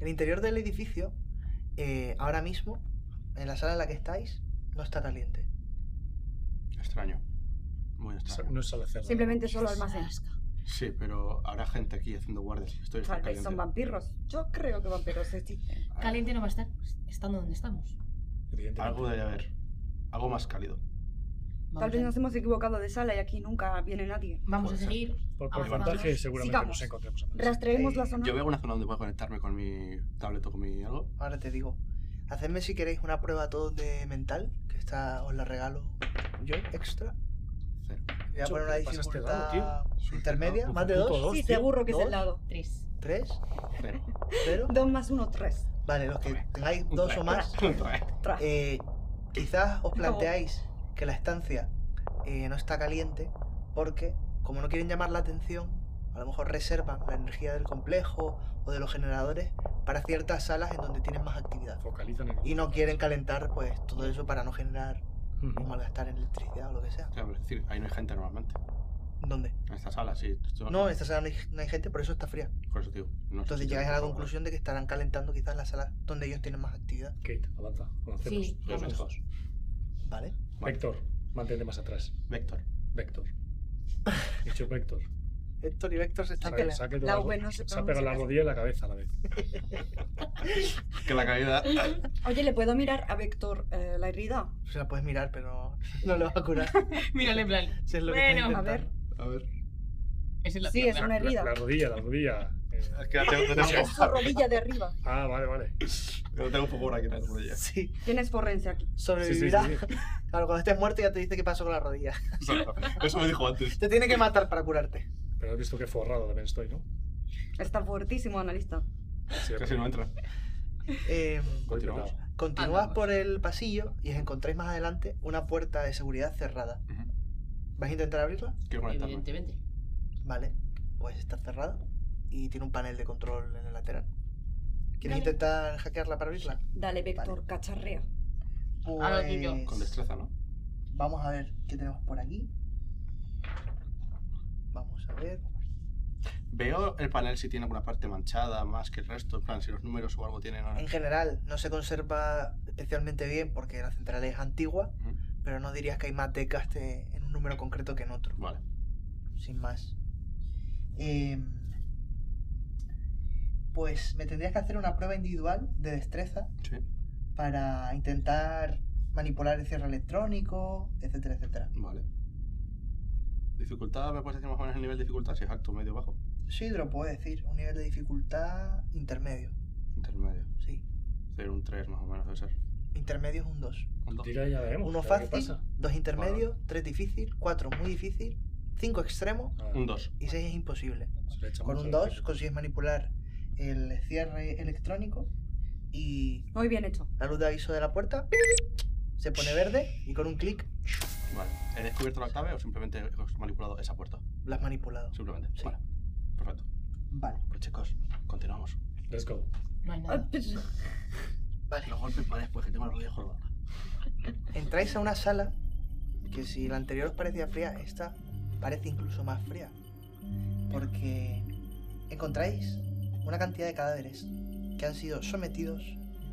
B: El interior del edificio, eh, ahora mismo, en la sala en la que estáis, no está caliente.
D: Extraño. Muy extraño.
E: No es ¿eh? sala cerrada.
F: Simplemente solo
C: Pues
F: almacén.
D: Sí, pero habrá gente aquí haciendo guardias.
F: Tal
D: Estoy estar
F: vez
D: caliente.
F: son vampiros. Yo creo que vampiros existen.
D: Ah,
C: Caliente no va a estar, pues, estando donde estamos.
E: Evidentemente.
D: Algo debe haber. Algo más cálido.
C: Vamos,
F: Tal vez
C: a,
F: nos hemos equivocado de sala y aquí nunca viene nadie.
C: vamos a
D: Puede ser.
C: seguir.
E: Por, por el
C: Avanzamos.
E: vantaje, seguramente
F: Sigamos.
E: nos encontremos. antes.
F: Rastreemos la
B: Eh,
F: zona.
D: Yo veo una zona donde puedo conectarme con mi tablet o con mi algo.
B: Ahora te digo, hacedme si queréis una prueba todos de mental, que esta os la regalo yo extra.
D: Cero.
B: Voy a
E: Yo,
B: poner una
E: ¿qué pasa este
B: dificultad
E: dado,
B: intermedia,
D: Uf,
B: más de
E: puto
B: dos,
E: dos,
F: Sí,
E: tío.
F: seguro que es
B: ¿Dos?
F: el lado.
B: [LAUGHS]
C: Tres.
B: tres, [LAUGHS]
D: Cero.
B: cero.
F: [LAUGHS] Dos más uno, tres.
B: Vale, los que tengáis
D: Un
B: dos
D: tres.
B: o más,
D: [LAUGHS] Un tres.
F: Tras.
B: eh, quizás os planteáis que la estancia eh, no está caliente porque, como no quieren llamar la atención, a lo mejor reservan la energía del complejo o de los generadores para ciertas salas en donde tienen más actividad.
E: Focalizan en
B: Y no quieren calentar pues todo eso para no generar o
E: Ujú.
B: malgastar en electricidad o lo que sea.
D: Claro, pero es decir, ahí no hay gente normalmente.
B: ¿Dónde?
D: En esta sala, sí. Esto-
B: No, en esta sala no hay, no hay gente, por eso está fría.
D: Por eso, tío. No sé
B: Entonces
D: si
B: llegáis a la
D: tengo-
B: conclusión de que estarán calentando quizás las salas donde ellos tienen más actividad.
E: Kate, avanza. Avancemos.
C: Sí,
D: Los
C: vamos.
D: lejos.
B: ¿Vale?
D: Vale.
E: Vector, mantente más atrás.
D: Vector.
E: Vector. Dicho Vector.
B: Héctor y Vector se están
E: Saca-
B: peleando.
E: saca
F: La
E: las-
F: V no se
E: se ha pegado la
F: pronuncia.
E: rodilla y la cabeza a la vez.
D: Que la
B: [LAUGHS]
D: caída.
F: Oye, ¿le puedo mirar a Vector eh, la herida?
B: Se la puedes mirar, pero [LAUGHS] no la vas a curar.
C: Mírale, en plan.
B: Si es lo que
C: Bueno,
B: estás
F: a ver.
B: intentando.
D: A ver.
C: Es en la
F: Sí, es
C: pierna.
F: una herida. Ah,
E: La, la rodilla, la rodilla. Eh,
D: Es que la tengo, la tengo, [LAUGHS]
F: Es su rodilla de arriba.
E: ah, vale, vale.
D: la tengo un poco por aquí en la
B: [LAUGHS]
D: rodilla.
B: Sí,
F: Tienes forense aquí.
E: Sí, sí, sí,
B: sobrevivirá.
E: sí.
B: Claro, cuando estés muerto ya te dice qué pasó con la rodilla.
D: Exacto. Eso me dijo antes.
B: Te tiene que matar para curarte.
E: Pero has visto que forrado también estoy, ¿no?
F: Está fuertísimo, analista.
E: Sí,
D: Casi no entra.
B: Eh,
E: voy
D: Continuamos.
E: petado.
B: continuás
C: Andamos.
B: por el pasillo y os encontráis más adelante una puerta de seguridad cerrada.
D: Ujú.
B: ¿Vais a intentar abrirla?
D: Quiero conectarme.
C: Evidentemente.
B: Vale, pues está cerrada y tiene un panel de control en el lateral. ¿Quieres
C: Dale.
B: intentar hackearla para abrirla?
F: Dale, Vector, cacharrea.
B: Pues...
C: Ahora tú y yo.
D: Con destreza, ¿no?
B: Vamos a ver qué tenemos por aquí. Vamos a ver.
D: Veo el panel si tiene alguna parte manchada más que el resto, en plan, si los números o algo tienen.
B: En general no se conserva especialmente bien porque la central es antigua,
D: Ujú.
B: pero no dirías que hay más décadas de- en un número concreto que en otro,
D: Vale.
B: sin más. Em, pues me tendrías que hacer una prueba individual de destreza
D: Sí.
B: para intentar manipular el cierre electrónico, etcétera, etcétera.
D: Vale. ¿Dificultad? ¿Me puedes decir más o menos el nivel de dificultad? Si es alto, medio, bajo.
B: Sí, te lo puedo decir, un nivel de dificultad intermedio,
D: Intermedio.
B: sí.
D: 0, un 3 más o menos debe ser.
B: Intermedio es un 2.
D: Un dos.
E: Tira y ya veremos.
B: Uno
E: a ver
B: fácil,
E: ¿Qué pasa?
B: dos intermedios, tres difícil, cuatro muy difícil, cinco extremo
E: Ah,
D: Un 2.
B: y seis es imposible.
E: se le echamos
B: Con un
E: el-
B: 2 consigues manipular el cierre electrónico y
F: Muy bien hecho.
B: la luz de aviso de la puerta se pone verde y con un clic
D: Vale. ¿He descubierto la clave o simplemente he manipulado esa puerta?
B: la has manipulado.
D: Simplemente.
B: Sí.
D: Vale. Perfecto.
B: Vale,
D: Pues chicos, continuamos.
E: Let's go.
C: No hay
F: Ah,
C: nada.
F: pues,
B: vale.
D: Los golpes para después, que tengo la rodilla jorobada.
B: Entráis a una sala que si la anterior os parecía fría, esta parece incluso más fría. Porque encontráis una cantidad de cadáveres que han sido sometidos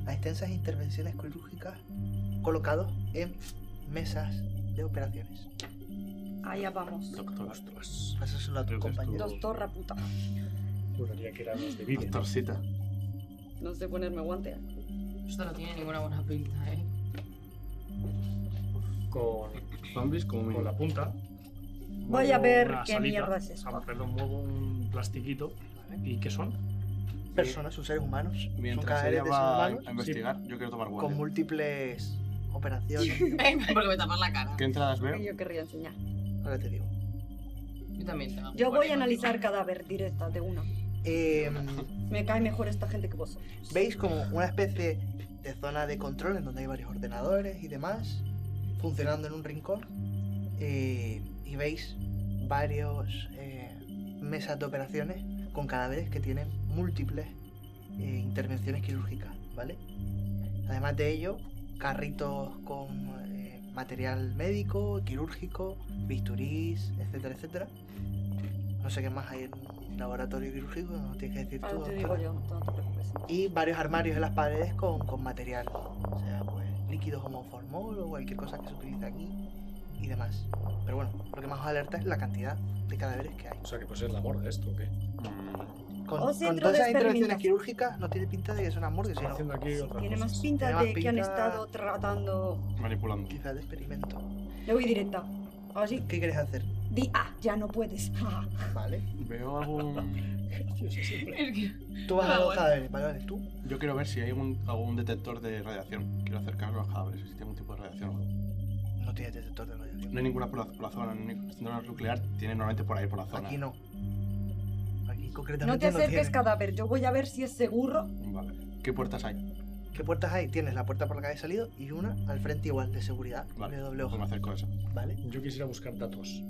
B: a extensas intervenciones quirúrgicas colocados en mesas de operaciones.
F: Allá vamos.
D: Doctor.
B: Pásaselo a tu
D: Creo que es
B: compañero.
F: Dos torra puta.
E: Juraría que éramos de vídeo.
D: Doctorcita.
F: No sé ponerme guante.
C: Esto no tiene ninguna buena pinta, ¿eh?
E: Con,
D: Zombies como
E: con la
D: mínimo.
E: punta.
F: Voy
E: muevo
F: a ver
E: una
F: qué mierda es esto.
E: Ah, perdón, muevo un plastiquito. ¿Y qué son?
B: personas, son seres humanos. Son
D: Mientras
B: cadáveres de
D: ella
B: seres
D: va a
B: humanos
D: investigar, yo quiero tomar
B: con
D: guardia.
B: múltiples operaciones.
D: [LAUGHS]
C: Venga, [LAUGHS] porque me tapas la cara.
D: ¿Qué entradas veo?
F: Yo querría enseñar.
B: Ahora te digo.
C: Yo también tengo
F: Yo
C: que
F: voy a
C: ponerlo.
F: analizar cadáver directa de una.
B: Eh,
F: Me cae mejor esta gente que vos.
B: Veis como una especie de zona de control en donde hay varios ordenadores y demás funcionando en un rincón. Eh, y veis varios eh, mesas de operaciones con cadáveres que tienen múltiples eh, intervenciones quirúrgicas, ¿vale? Además de ello, carritos con eh, material médico, quirúrgico, bisturís, etcétera, etcétera. No sé qué más hay en un laboratorio quirúrgico, no tienes que decir tú.
F: Ahora Ah, te
B: doctora
F: digo yo, no te preocupes.
B: y varios armarios en las paredes con, con material. O sea, pues líquidos como formol o cualquier cosa que se utilice aquí y demás. Pero bueno, lo que más os alerta es la cantidad de cadáveres que hay.
E: O sea, que pues es la morgue esto, ¿o qué?
D: Mm,
B: Con,
F: O
B: con
F: centro
B: todas
F: de
B: esas intervenciones
F: exterminación.
B: quirúrgicas no tiene pinta de que son amor,
E: Están
B: sino
E: haciendo aquí
F: Sí,
E: otra
F: tiene
E: cosa.
F: más pinta
B: Tiene más
F: de que han
B: pinta-
F: estado tratando.
D: Manipulando.
B: quizás de experimento.
F: Le voy directa. Así.
B: ¿Qué quieres hacer?
F: Di, ah, ya no puedes. [LAUGHS]
B: Vale.
D: Veo algún. [LAUGHS]
C: [LAUGHS] Es que-
B: Tú vas
C: Ah,
B: a los
C: bueno.
B: cadáveres, vale, vale. Tú,
D: Yo quiero ver si hay algún, algún detector de radiación. Quiero acercarme a los cadáveres, si tiene algún tipo de radiación. o algo.
B: no tienes detector de radiación.
D: No hay ninguna por la, por la zona, no hay ninguna central nuclear tiene normalmente por ahí por la zona.
B: Aquí no. Aquí
F: No te
B: concretamente no,
F: acerques,
B: tienes.
F: cadáver. Yo voy a ver si es seguro.
D: Vale. ¿Qué puertas hay?
B: ¿Qué puertas hay? Tienes la puerta por la que habéis salido y una al frente igual de seguridad
D: Vale.
B: de doble
D: Pues me
B: hoja,
D: acerco a esa.
B: ¿vale?
E: Yo quisiera buscar datos,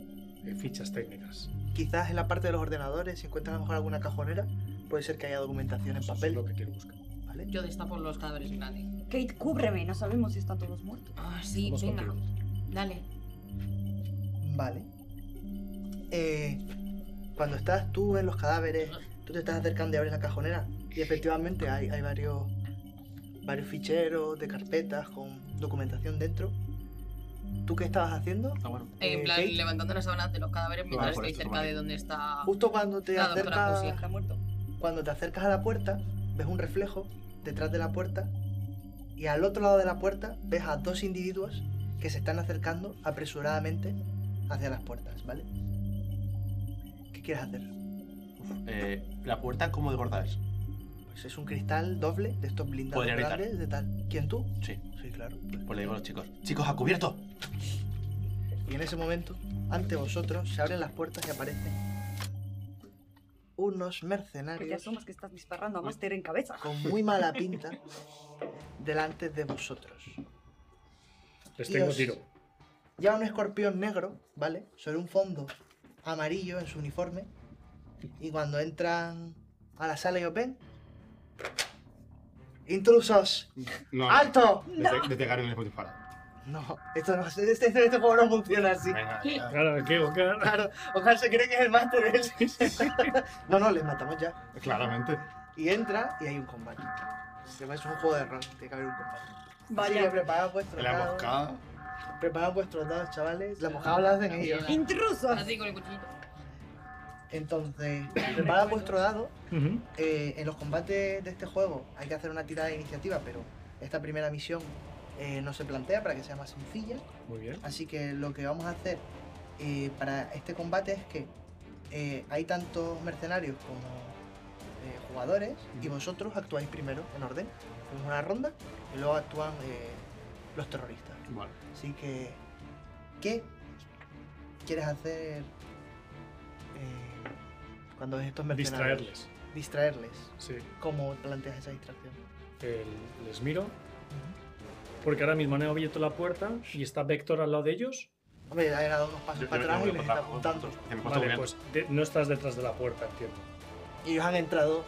E: eh, fichas técnicas.
B: quizás en la parte de los ordenadores, si encuentras a lo mejor alguna cajonera, puede ser que haya documentación en
E: Eso es
B: papel,
E: lo que quiero buscar.
B: ¿vale?
C: Yo destapo los cadáveres grandes.
F: Kate, cúbreme. No sabemos si están todos muertos.
C: Ah, sí,
E: Vamos
C: venga.
E: contigo.
C: Dale.
B: Vale. Eh, cuando estás tú en los cadáveres, tú te estás acercando y abres la cajonera, y efectivamente hay, hay varios, varios ficheros de carpetas con documentación dentro. ¿Tú qué estabas haciendo?
D: Ah, bueno.
C: Eh, En
B: Eh,
C: plan,
B: Kate.
C: levantando las sábanas de los cadáveres mientras
D: por
C: estoy
D: esto,
C: cerca
D: vale.
C: de donde está.
B: Justo cuando te
C: La doctora
B: acercas,
C: Cusia.
F: Está muerto.
B: cuando te acercas a la puerta, ves un reflejo detrás de la puerta y al otro lado de la puerta ves a dos individuos que se están acercando apresuradamente hacia las puertas, ¿vale? ¿Qué quieres hacer?
D: Eh, la puerta, ¿cómo de gorda es?
B: Pues es un cristal doble de estos blindados
D: Podría gritar.
B: grandes de tal. ¿Quién tú?
D: Sí.
B: Sí, claro.
D: Pues le digo a los chicos: ¡Chicos, a cubierto!
B: Y en ese momento, ante vosotros, se abren las puertas y aparecen unos
F: Porque te
B: mercenarios
F: asomas que estás disparando a Master en cabeza.
B: con muy mala pinta delante de vosotros.
E: Les
B: Y
E: tengo
B: os-
E: tiro.
B: Ya un escorpión negro, ¿vale? Sobre un fondo amarillo en su uniforme. Y cuando entran a la sala y os ven... ¡Intrusos!
D: No, no.
B: ¡Alto!
D: Desde, desde Garen les dispara.
B: No, esto no este, este- este juego no funciona así.
D: Venga, ya.
E: Claro, ¿qué, [LAUGHS] Oscar?
B: Claro, Ojalá se cree que es el máster él. [LAUGHS] no, no, les matamos ya.
D: Claramente.
B: Y entra y hay un combate. Se llama- Es un juego de rol, tiene que haber un combate. Así que
F: Vaya.
B: preparad vuestros
D: La
B: dados.
D: emboscada.
B: Preparad vuestros dados, chavales. La mojada la hacen ellos.
F: Intrusos.
C: Así con el cuchillo.
B: Entonces, preparad vuestro dado.
E: Ujú.
B: Eh, en los combates de este juego hay que hacer una tirada de iniciativa, pero esta primera misión eh, no se plantea para que sea más sencilla.
E: Muy bien.
B: Así que lo que vamos a hacer eh, para este combate es que eh, hay tantos mercenarios como eh, jugadores y vosotros actuáis primero en orden. Hacemos una ronda y luego actúan eh, los terroristas.
D: Vale.
B: Así que, ¿qué quieres hacer eh, cuando ves estos mercenarios?
E: Distraerles.
B: Distraerles.
E: Sí.
B: ¿Cómo planteas esa distracción?
E: El- les miro. Porque ahora mismo han abierto la puerta y está Vector al lado de ellos.
B: Hombre, ha dado unos pasos
D: Yo- yo-
B: para
D: yo
B: atrás
D: voy
B: y les está
D: para abajo.
B: apuntando.
D: Que me cuesta
E: Vale,
D: cubierto.
E: pues de- no estás detrás de la puerta, entiendo.
B: Y ellos han entrado,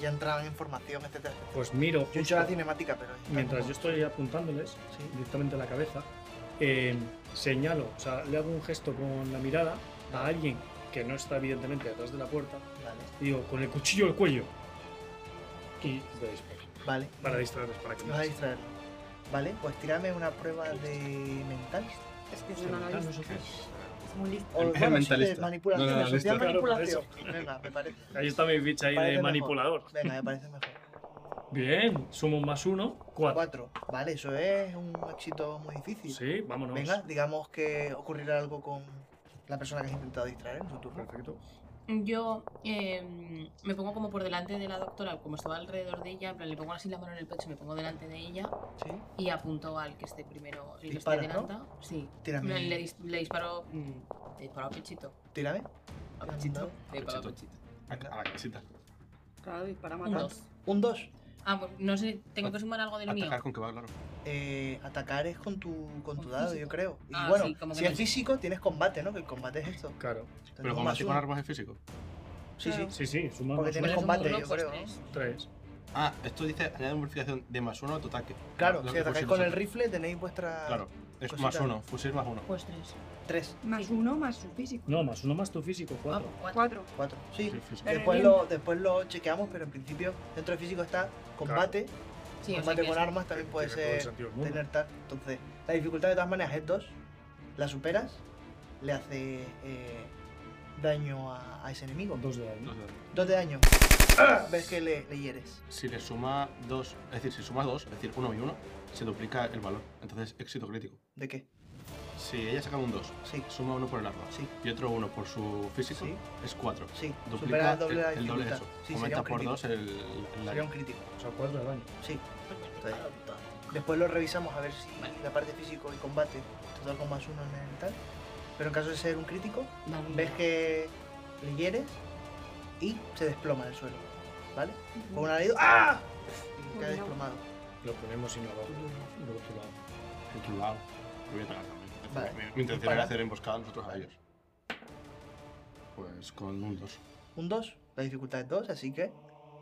B: ya entraban en formación, etcétera. etcétera.
E: Pues miro.
B: Yo he hecho
E: justo
B: la cinemática, pero. está
E: mientras
B: como-
E: yo estoy apuntándoles
B: Sí.
E: directamente a la cabeza, eh, señalo, o sea, le hago un gesto con la mirada a alguien que no está evidentemente detrás de la puerta
B: Vale,
E: y digo, con el cuchillo al cuello. Y le disparo.
B: vale.
E: Para distraerles, para que
B: Los vas a distraer. Vale, pues tírame una prueba de mental.
F: Es que es un analista. Es muy listo.
B: O
D: El- el
B: bueno, sí, de
D: mentalista.
B: manipulación,
D: No, no, no,
B: eso,
D: listo.
B: tira
E: Claro, por
B: manipulación. Venga, me parece.
E: Ahí está mi ficha ahí
B: Parece
E: de
B: mejor.
E: manipulador.
B: Venga, me parece mejor.
E: Bien, sumo un más uno, cuatro.
B: Cuatro. Vale, eso es un éxito muy difícil.
E: Sí, vámonos.
B: Venga, digamos que ocurrirá algo con la persona que has intentado distraer en su turno.
E: Perfecto.
C: Yo eh, me pongo como por delante de la doctora, como estaba alrededor de ella, en plan, le pongo así la mano en el pecho, me pongo delante de ella
B: ¿Sí?
C: y apunto al que esté primero, el que esté
B: Disparas,
C: delante. Sí.
B: Tírame.
C: Le, le dis- le disparo. mm, Le disparo a pechito.
B: Tírame.
C: A pechito.
B: No.
C: Le disparo a
D: Pechito.
C: pechito.
D: A, a la casita.
F: Claro, y para
C: Un
F: matar.
C: dos.
B: Un 2.
C: Ah, pues no sé, tengo que sumar algo del mío. Pues
D: Atacar con que va, claro.
B: Eh, atacar es con tu, con tu
C: Con
B: dado,
C: físico.
B: yo creo. Y
C: Ah,
B: bueno,
C: sí, como que
B: si
C: no
B: es
C: es-
B: físico, tienes combate, ¿no? Que el combate es esto.
E: Claro.
B: Entonces,
D: Pero
B: un
D: como
B: más
D: así con
B: uno.
D: armas es físico.
B: Sí, sí.
E: Sí, sí, sumamos
B: Porque
E: sumamos
B: tienes
C: Somos
B: combate, yo
C: locos
B: creo. ¿no?
C: pues tres.
E: tres.
D: Ah, esto dice añade modificación de más uno a tu ataque.
B: Claro,
D: Lo
B: si
D: que
B: atacáis
D: fusil
B: con
D: es-
B: el rifle tenéis vuestra
D: Claro, es
B: cosita.
D: más uno, fusil más uno.
C: Pues tres.
B: 3,
H: Más uno, más su físico.
E: No, más uno más tu físico,
C: Ah,
E: cuatro.
C: cuatro.
H: 4.
B: 4. Sí. eh.
D: Sí, físico.
H: Pero
C: Eh,
B: Después
H: bien.
B: lo, después lo chequeamos, pero en principio dentro de físico está combate,
C: Sí, o sea
B: combate
C: que
B: con
C: es-
B: armas también puede
E: Tiene todo el
B: ser
E: sentido del mundo.
B: tener tal. Entonces, la dificultad de todas maneras es 2. La superas, le hace eh, daño a, a ese enemigo.
E: Dos de daño.
D: Dos Ah. de daño.
B: 2 de daño. Ves que le, le hieres.
D: Si le suma dos, es decir, si suma dos, es decir, uno y uno, se duplica el valor. Entonces, éxito crítico.
B: ¿De qué?
D: Si ella saca un 2,
B: Sí,
D: suma uno por el arma
B: Sí.
D: y otro uno por su físico,
B: Sí.
D: es 4.
B: sí. Supera
D: Duplica
B: el doble la
D: el doble de
B: dificultad.
D: eso.
B: Sí, sería
D: Aumenta
B: un
D: por
B: crítico.
D: 2 el, el
B: Sería un
D: daño.
B: crítico.
E: O sea, cuatro de daño.
B: Sí.
C: Pues me he
B: Entonces,
C: disparado todo.
B: Después lo revisamos a ver si
C: Vale.
B: la parte físico y combate total con más uno en el tal. Pero en caso de ser un crítico,
C: Vale.
B: ves que le hieres y se desploma del suelo. ¿Vale? Con una alarido. ¡Ah! Y queda
F: Uy, no.
B: desplomado.
E: Lo ponemos y no abajo. Luego tú lo-
D: En tu lado. Lo voy a atacar también.
B: Vale.
D: Mi- Mi intención
B: Dispara.
D: era hacer emboscada nosotros a ellos. Pues con un 2.
B: Un 2. La dificultad es 2, así que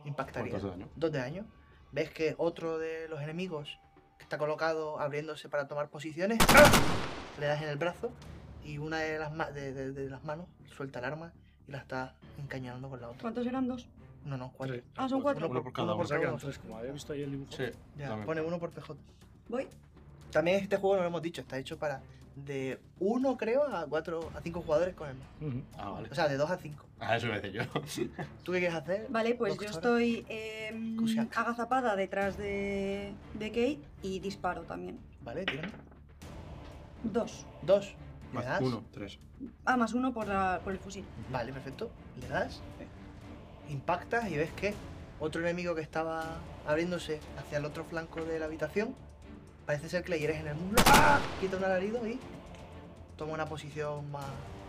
B: impactaría.
D: ¿Cuántos de daño?
B: 2 de daño. Ves que otro de los enemigos que está colocado abriéndose para tomar posiciones. ¡ah! Le das en el brazo y una de las, ma- de- de- de las manos suelta el arma y la está encañonando con la otra.
F: ¿Cuántos eran dos?
B: No, no, cuatro.
E: Tres.
F: Ah, son cuatro.
D: Uno por cada
B: Uno
E: O
D: uno.
E: sea, que eran
B: uno.
E: tres, como había visto ahí el dibujo.
D: Sí,
B: Ya,
D: dame.
B: pone uno por PJ.
F: Voy.
B: También este juego, lo hemos dicho, está hecho para de uno, creo, a cuatro, a cinco jugadores con el mouse.
E: Ujú.
D: Ah, vale.
B: O sea, de dos a cinco.
D: Ah, eso iba a decir yo. [LAUGHS]
B: ¿Tú qué quieres hacer?
F: Vale, pues yo
B: Doctora.
F: estoy em,
B: Cusack.
F: agazapada detrás de, de Kate y disparo también.
B: Vale, tírame.
F: Dos.
B: Dos. ¿Le
D: Más
B: das?
D: uno, tres.
F: Ah, más uno por, la- por el fusil.
B: Vale, perfecto. Le das. Impactas y ves que otro enemigo que estaba abriéndose hacia el otro flanco de la habitación. Parece ser que le hieres en el muslo. ¡Ah! Quita un alarido y toma una posición más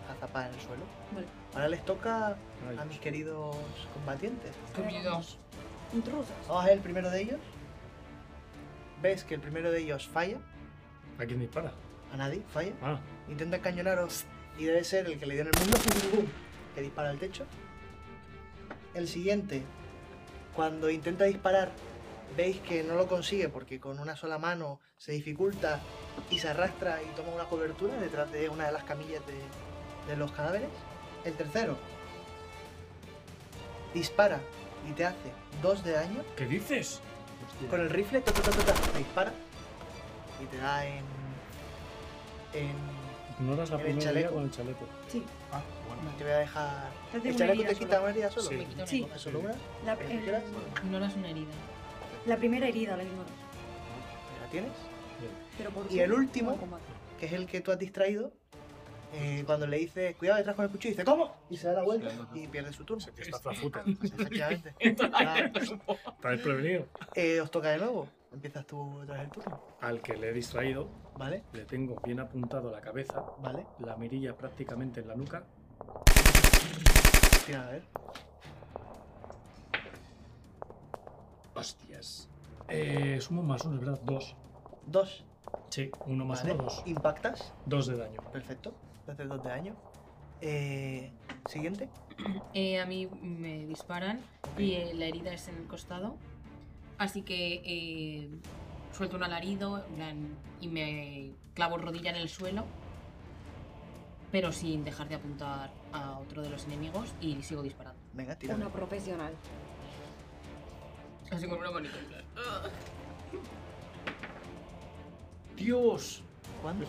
B: azapada en el suelo.
F: Vale.
B: Ahora les toca
E: Ay,
B: a mis queridos combatientes.
C: Queridos.
F: Intrusas.
B: Vamos a ver el primero de ellos. Ves que el primero de ellos falla.
E: ¿A quién dispara?
B: A nadie, falla.
E: Ah,
B: Intenta cañonaros y debe ser el que le dio en el mundo. [LAUGHS] ¡pum, pum, pum! Que dispara al techo. El siguiente, cuando intenta disparar, veis que no lo consigue porque con una sola mano se dificulta y se arrastra y toma una cobertura detrás de una de las camillas de, de los cadáveres. El tercero dispara y te hace dos de daño.
E: ¿qué dices?
B: Con el rifle, ta, ta, ta, ta, ta, te dispara y te da en. en.
E: Ignoras la
B: El
E: primera idea
B: chaleco.
E: con el chaleco.
F: Sí.
D: Ah, bueno.
B: Te voy a dejar.
F: Te hace
B: ¿El
F: una
B: chaleco
F: herida
B: te
F: sola.
B: quita ¿eh? una herida solo?
E: Sí.
C: Me quita una
F: Sí.
C: herida.
B: ¿Solo una?
F: La,
B: ¿El que
F: el-
B: quieras?
C: Ignoras una herida.
F: la primera herida la ignoro.
B: ¿La tienes?
F: Pero por
B: Y el
F: fin,
B: último.
F: no combate.
B: Que es el que tú has distraído. eh, cuando le dices, cuidado detrás con el cuchillo, dice, ¿cómo? Y se da la vuelta y pierde su turno.
E: Tío, está frafuta.
B: [LAUGHS]
F: [LAUGHS]
B: Efectivamente. Ah,
E: Está desprevenido.
B: eh, os toca de nuevo. Empiezas tú otra vez el turno.
E: Al que le he distraído,
B: ¿Vale?
E: le tengo bien apuntado la cabeza,
B: ¿Vale?
E: la mirilla prácticamente en la nuca.
B: Tira a ver.
E: Hostias. Eh, sumo más uno, es verdad, dos.
B: Dos.
E: Sí, uno más
B: ¿Vale?
E: uno, dos.
B: Impactas.
E: Dos de daño.
B: Perfecto. Entonces dos de daño. Eh, Siguiente.
C: Eh, a mí me disparan y eh, la herida es en el costado. Así que eh, suelto un alarido en plan, y me clavo rodilla en el suelo. Pero sin dejar de apuntar a otro de los enemigos y sigo disparando.
B: Venga, tira.
F: Una profesional.
C: Así con una manita. en plan, "Ah".
E: ¡Dios!
B: ¿Cuánto?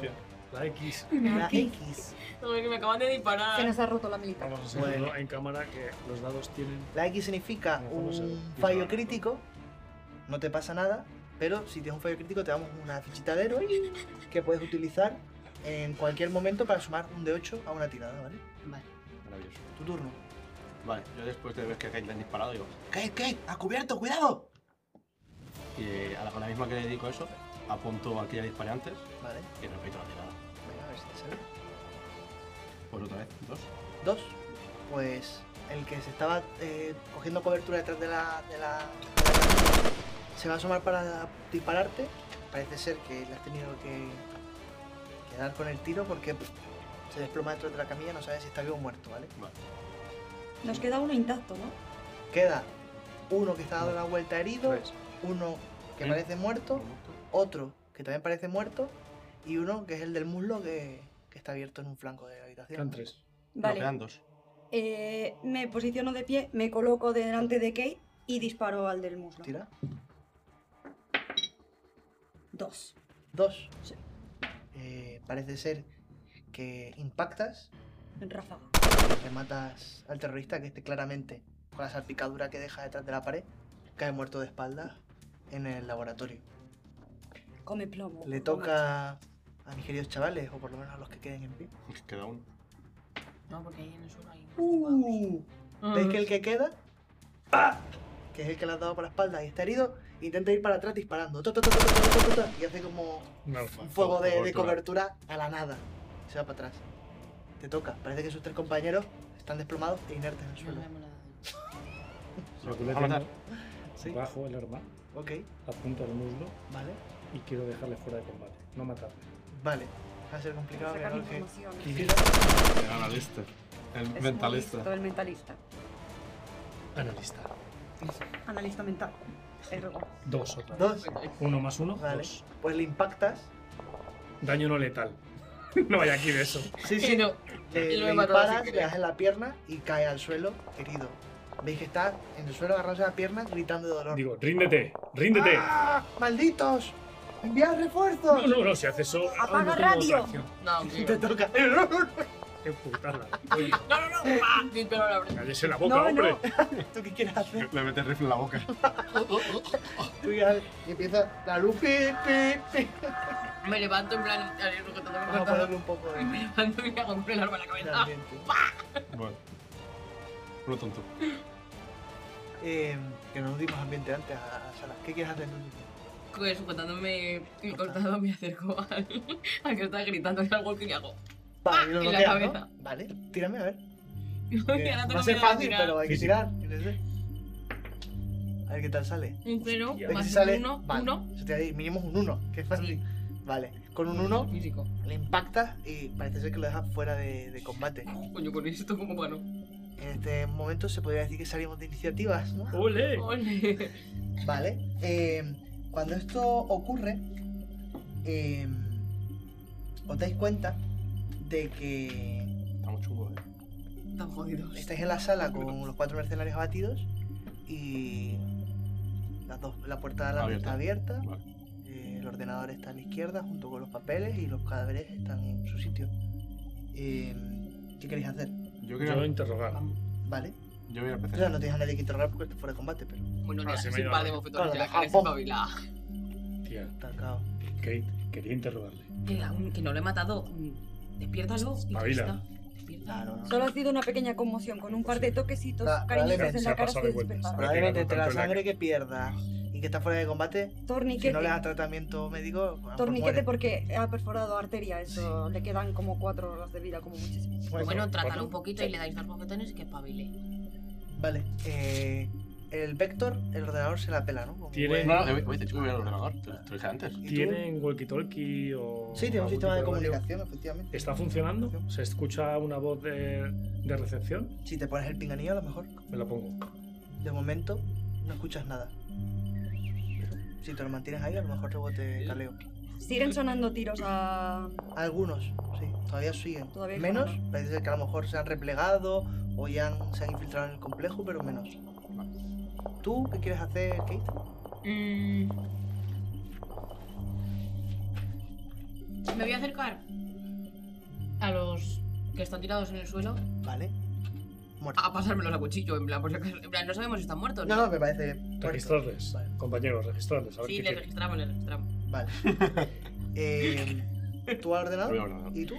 E: La X.
B: La
F: Una X.
B: X.
C: Ay, que me acaban de
F: Se
C: disparar.
F: nos ha roto la militar.
E: Vamos a hacerlo
B: Bueno.
E: en cámara que los dados tienen.
B: La X significa
E: Nos vamos a ver.
B: un fallo crítico, no te pasa nada, pero si tienes un fallo crítico te damos una fichita de héroe que puedes utilizar en cualquier momento para sumar un D8 a una tirada, ¿vale?
C: Vale.
D: Maravilloso.
B: Tu turno.
D: Vale, yo después de ver que Kate le han disparado, digo,
B: Kate, Kate, a cubierto, cuidado.
D: y eh, a la, a la misma que le dedico eso, apunto al que ya disparé antes
B: Vale,
D: y repito la tirada.
B: venga, a ver si te sale.
D: Pues otra vez, dos.
B: Dos. Pues el que se estaba eh, cogiendo cobertura detrás de la, de la- de la- Se va a asomar para dispararte. Parece ser que le has tenido que, que dar con el tiro porque se desploma dentro de la camilla, no sabes si está vivo o muerto, ¿vale?
F: Nos queda uno intacto, ¿no?
B: Queda uno que está dando la vuelta herido,
D: Tres.
B: uno que
D: Sí.
B: parece muerto,
D: Uno,
B: otro que también parece muerto y uno que es el del muslo que, que está abierto en un flanco de la habitación.
E: Quedan tres.
D: No,
F: Vale.
D: quedan dos. [LAUGHS]
F: Eh, me posiciono de pie, me coloco delante de Kate y disparo al del muslo.
B: Tira.
F: Dos.
B: Dos.
F: Sí.
B: Eh, parece ser que impactas,
F: Ráfaga.
B: le matas al terrorista que esté claramente con la salpicadura que deja detrás de la pared, cae muerto de espaldas en el laboratorio.
F: Come plomo.
B: Le toca a mis queridos chavales, o por lo menos a los que queden en pie.
D: Queda uno.
C: No, porque ahí en el suelo hay.
B: Uh,
C: Ah.
B: ¿Veis que el que queda? ¡Ah! Que es el que le has dado por la espalda y está herido, intenta ir para atrás disparando. Ta, ta, ta, ta, ta, ta, ta, ta, ta, y hace como
E: No.
B: un fuego de, de
D: Cobertura.
B: cobertura a la nada. Y se va para atrás. Te toca. Parece que sus tres compañeros están desplomados e inertes en el
C: No
B: suelo.
C: le hemos dado.
E: Lo que
D: Vamos
E: le
D: a matar.
E: tengo,
B: Sí.
E: bajo el arma,
B: Ok,
E: apunto al muslo
B: vale.
E: y quiero dejarle fuera de combate. No matarle.
B: Vale. Va a ser complicado,
F: Sacar
B: pero que.
F: información.
D: El analista. El
F: Es muy listo,
D: mentalista.
F: El mentalista.
E: Analista.
F: Analista mental. Ergo.
E: Dos otra vez.
B: Dos.
E: Uno más uno,
B: Vale.
E: dos.
B: Pues le impactas.
E: Daño no letal. [LAUGHS] no hay aquí de eso.
C: [LAUGHS]
B: Sí,
C: Sí,
B: sí.
C: no.
B: Le,
C: Y lo
B: le
C: he matado sin
B: disparas, le
C: querer.
B: das en la pierna y cae al suelo herido. Veis que está en el suelo agarrándose a la pierna gritando de dolor.
E: Digo, ríndete, ríndete.
B: ¡Ah! ¡Malditos! ¡Enviad refuerzos!
E: No, no, no, si haces eso. ah,
F: Apaga
E: no tengo
F: radio.
E: otra acción.
C: No,
B: Y
C: sí,
B: te toca. [LAUGHS]
E: Qué putada. Oye,
C: No, [LAUGHS] no, no. ¡Ah! Sí, pero la verdad.
E: cállese la boca,
F: No,
E: hombre.
F: no.
B: ¿Tú qué quieres hacer?
D: Le metes rifle en la boca.
B: Tú ya- Y empieza la luz. pi, pi, pi.
C: Me levanto en plan. a ver, lo que tengo que
B: Vamos a
C: contar.
B: ponerle un poco de,
C: Me levanto y me hago un pelo arma en la
B: de
C: cabeza.
B: ambiente.
D: [LAUGHS] Bueno. Uno tonto.
B: Eh, que no dimos ambiente antes a, a Sara. ¿Qué quieres hacer tú?
C: Pues sujetándome el costado me acerco al, [LAUGHS] al que está gritando en el walkie y le hago.
B: Vale, lo
C: Ah, En la
B: bloqueas, ¿no?
C: cabeza.
B: Vale, tírame a
C: [LAUGHS]
B: ver.
C: Y ahora
B: Va
C: tengo
B: a ser
C: miedo de
B: fácil,
C: tirar.
B: pero hay que tirar. yo qué sé. A ver qué tal sale.
C: Un cero
B: ¿Ves que
C: más
B: si
C: un
B: sale?
C: uno,
B: vale.
C: uno.
B: Eso te va a decir, mínimo es un 1, que es fácil. Vale, con un 1
C: Físico.
B: le impactas y parece ser que lo dejas fuera de, de combate.
C: Coño, con esto como bueno.
B: En este momento se podría decir que salimos de iniciativas, ¿no?
E: Ole.
C: Ole.
B: Vale. eh, cuando esto ocurre, eh, os dais cuenta de que
D: Estamos chungos, eh.
C: Tan jodidos.
B: estáis en la sala con los cuatro mercenarios abatidos y las dos- la puerta de la
D: Abierta.
B: está abierta.
D: Vale.
B: eh, el ordenador está a la izquierda junto con los papeles y los cadáveres están en su sitio. Eh, ¿Qué queréis hacer?
E: Yo
D: Yo quiero.
E: interrogar.
B: ¿Vale.
D: Yo voy a
B: O sea,
D: empezar.
B: no tenéis a nadie que interrogar porque esto fuera de combate, pero
C: Bueno,
E: Ah,
C: le
E: se
C: haces
E: me ha ido
C: un
E: la
C: par de
E: olla.
C: bofetones
B: Claro,
C: ya
B: deja,
C: que eres
B: pum.
C: espabilada.
E: Tía,
B: atacado.
E: Kate, quería interrogarle.
C: Que, aún- que no lo he matado. Mm, Despiértalo. y ya
E: Espabila.
C: está. Despierta.
B: Claro, no.
F: Solo ha sido una pequeña conmoción, con un par de toquecitos
B: Va,
F: cariñosos
B: probablemente
F: en
E: se ha
F: la cara
E: pasado de
F: se
E: vueltas.
F: despertaba.
B: Probablemente
E: Tanto
B: entre la
E: en la
B: sangre que pierda y que está fuera de combate,
F: Torniquete.
B: Si no le das tratamiento médico, a lo mejor
F: Torniquete
B: muere.
F: porque ha perforado arteria, eso le quedan como cuatro horas de vida, como muchísimo.
B: Pues
C: Bueno,
E: Bueno,
C: trátalo
E: cuatro.
C: un poquito y le dais dos bofetones y que espabile.
B: Vale. eh, el vector, el ordenador se la pela, ¿no? Como
E: Tiene-
B: buen-
D: No, no, que voy- voy de hecho, voy al ordenador. Te lo te lo dije antes.
B: ¿Y tú?
E: ¿Tienen walkie-talkie o.?
B: Sí, tiene un
E: algún
B: sistema de
E: tipo radio?
B: comunicación, efectivamente.
E: ¿Está funcionando? ¿Se escucha una voz de, de recepción?
B: Si te pones el pinganillo, a lo mejor.
E: Me la pongo.
B: De momento, no escuchas nada. Si te lo mantienes ahí, a lo mejor rebote caleo.
F: Siguen sonando tiros a...
B: Algunos, sí, todavía siguen.
F: Todavía hay
B: menos,
F: zona,
B: parece ser que a lo mejor se han replegado o ya han- se han infiltrado en el complejo, pero menos. ¿Tú qué quieres hacer, Kate?
C: Mm. Me voy a acercar a los que están tirados en el suelo
B: Vale. Muerto.
C: a pasármelos a cuchillo. En plan, por si acaso. En plan, no sabemos si están muertos.
B: Ah, No, no, me parece. muerto.
E: Registrarles,
B: Vale.
E: compañeros, registrarles. A ver
C: Sí,
E: qué
C: le
E: quieren.
C: registramos, le registramos.
B: Vale. Eh, ¿Tú al
D: Voy al
B: ordenador?
D: ordenador.
B: ¿Y tú?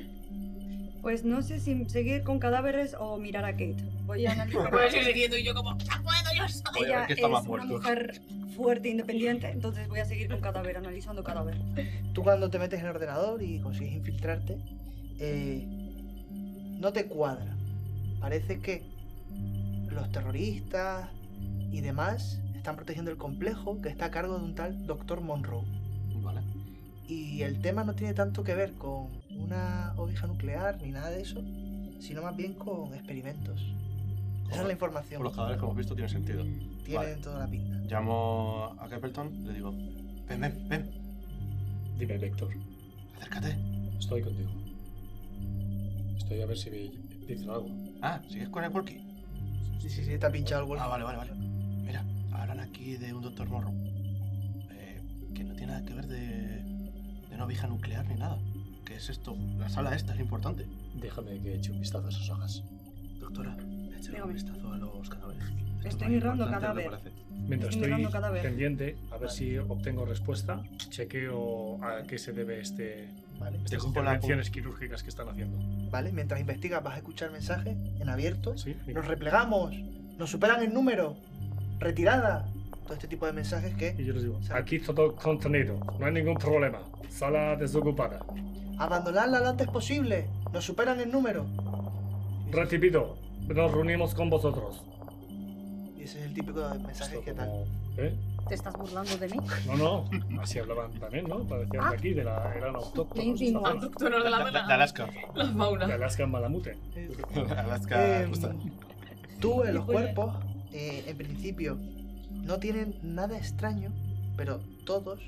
F: Pues no sé si seguir con cadáveres o mirar a Kate. Voy a analizar.
C: Puedes ir siguiendo y yo como, ¡Ya puedo, yo soy!
D: Voy a
F: Ella
D: ver qué
F: es
D: está
F: una
D: más muerto.
F: mujer fuerte, independiente, entonces voy a seguir con cadáver, analizando cadáver.
B: Tú cuando te metes en el ordenador y consigues infiltrarte, eh, no te cuadra. Parece que los terroristas y demás están protegiendo el complejo que está a cargo de un tal Dr. Monroe.
D: Vale.
B: Y el tema no tiene tanto que ver con una oveja nuclear ni nada de eso, sino más bien con experimentos. Esa es la información.
D: Por los cadáveres que hemos visto tiene sentido.
B: Tienen
D: Vale.
B: toda la pinta.
D: Llamo a Capleton, le digo, ven, ven, ven,
J: Dime, Vector,
D: acércate.
J: estoy contigo. Estoy a ver si me dicen algo.
D: Ah, ¿sigues con el walkie?
B: Sí, sí, sí, está pinchado el
D: Ah,
B: vuelo.
D: vale, vale, vale. Mira, hablan aquí de un doctor Morro. eh, que no tiene nada que ver de, de una vieja nuclear ni nada. ¿Qué es esto? La sala esta es lo importante.
J: Déjame que eche un vistazo a esas hojas.
D: Doctora, échale
F: Dígame.
D: un vistazo a los cadáveres.
F: Estoy
D: Esto es más
F: mirando
D: importante de lo que
F: cadáver.
D: parece.
E: Mientras
F: Estoy mirando
E: estoy
F: cadáver.
E: pendiente, a ver si obtengo respuesta, chequeo a qué se debe este,
B: Vale,
E: estas
D: cojo la
E: intervenciones quirúrgicas que están haciendo.
B: vale. Mientras investigas vas a escuchar mensajes en abierto.
E: Sí, y-
B: Nos replegamos, nos superan en número, retirada. Todo este tipo de mensajes
E: y
B: que
E: yo les digo,
B: Sal-
E: aquí todo contenido, no hay ningún problema. Sala desocupada.
B: abandonarla lo antes posible, nos superan en número.
E: Recibido, nos reunimos con vosotros.
B: Y ese es el típico de mensajes
E: Esto
B: que tal.
E: como- ¿Eh?
F: ¿Te estás burlando de mí?
E: No, no, así hablaban también, ¿no? Parecían
C: Ah.
E: de aquí, de la eran autóctonos. de esta
F: Insinuas.
E: zona.
C: Autóctonos de la
D: De- de- de [LAUGHS]
C: mala.
D: Alaska.
C: Los
E: De
C: maula.
E: Alaska en Malamute.
B: Eh,
F: Eh,
D: Alaska.
B: em,
D: rusa.
B: tú en los cuerpos, eh, en principio, no tienen nada extraño, pero todos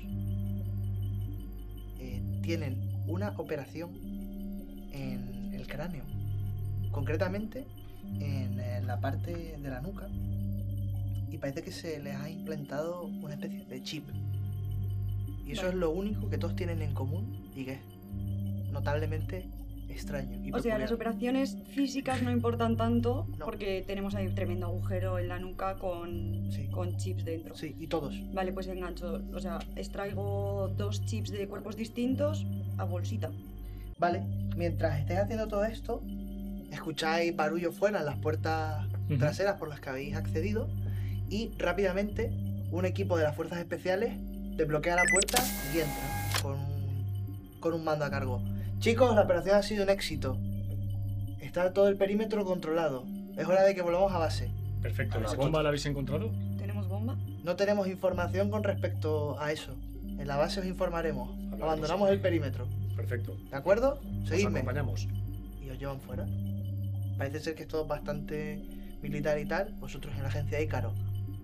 B: eh, tienen una operación en el cráneo. Concretamente en eh, la parte de la nuca. Y parece que se les ha implantado una especie de chip. Y eso
F: Vale.
B: es lo único que todos tienen en común y que es notablemente extraño. Y
F: O sea, las
B: peculiar.
F: operaciones físicas no importan tanto
B: No.
F: porque tenemos ahí un tremendo agujero en la nuca con,
B: Sí.
F: con chips dentro.
B: Sí, y todos.
F: Vale, pues engancho. O sea, extraigo dos chips de cuerpos distintos a bolsita.
B: Vale, mientras estés haciendo todo esto, escucháis barullo fuera en las puertas
E: Ujú.
B: traseras por las que habéis accedido y rápidamente un equipo de las fuerzas especiales desbloquea la puerta y entra con un, con un mando a cargo. Chicos, la operación ha sido un éxito. Está todo el perímetro controlado. Es hora de que volvamos a base.
E: Perfecto, ¿la
D: Habéis
E: bomba la habéis encontrado?
F: ¿Tenemos bomba?
B: No tenemos información con respecto a eso. En la base os informaremos. Abandonamos el perímetro.
E: Perfecto.
B: ¿De acuerdo?
E: Os
B: Seguidme.
E: acompañamos.
B: y os llevan fuera. Parece ser que esto es bastante militar y tal. Vosotros en la agencia Ícaro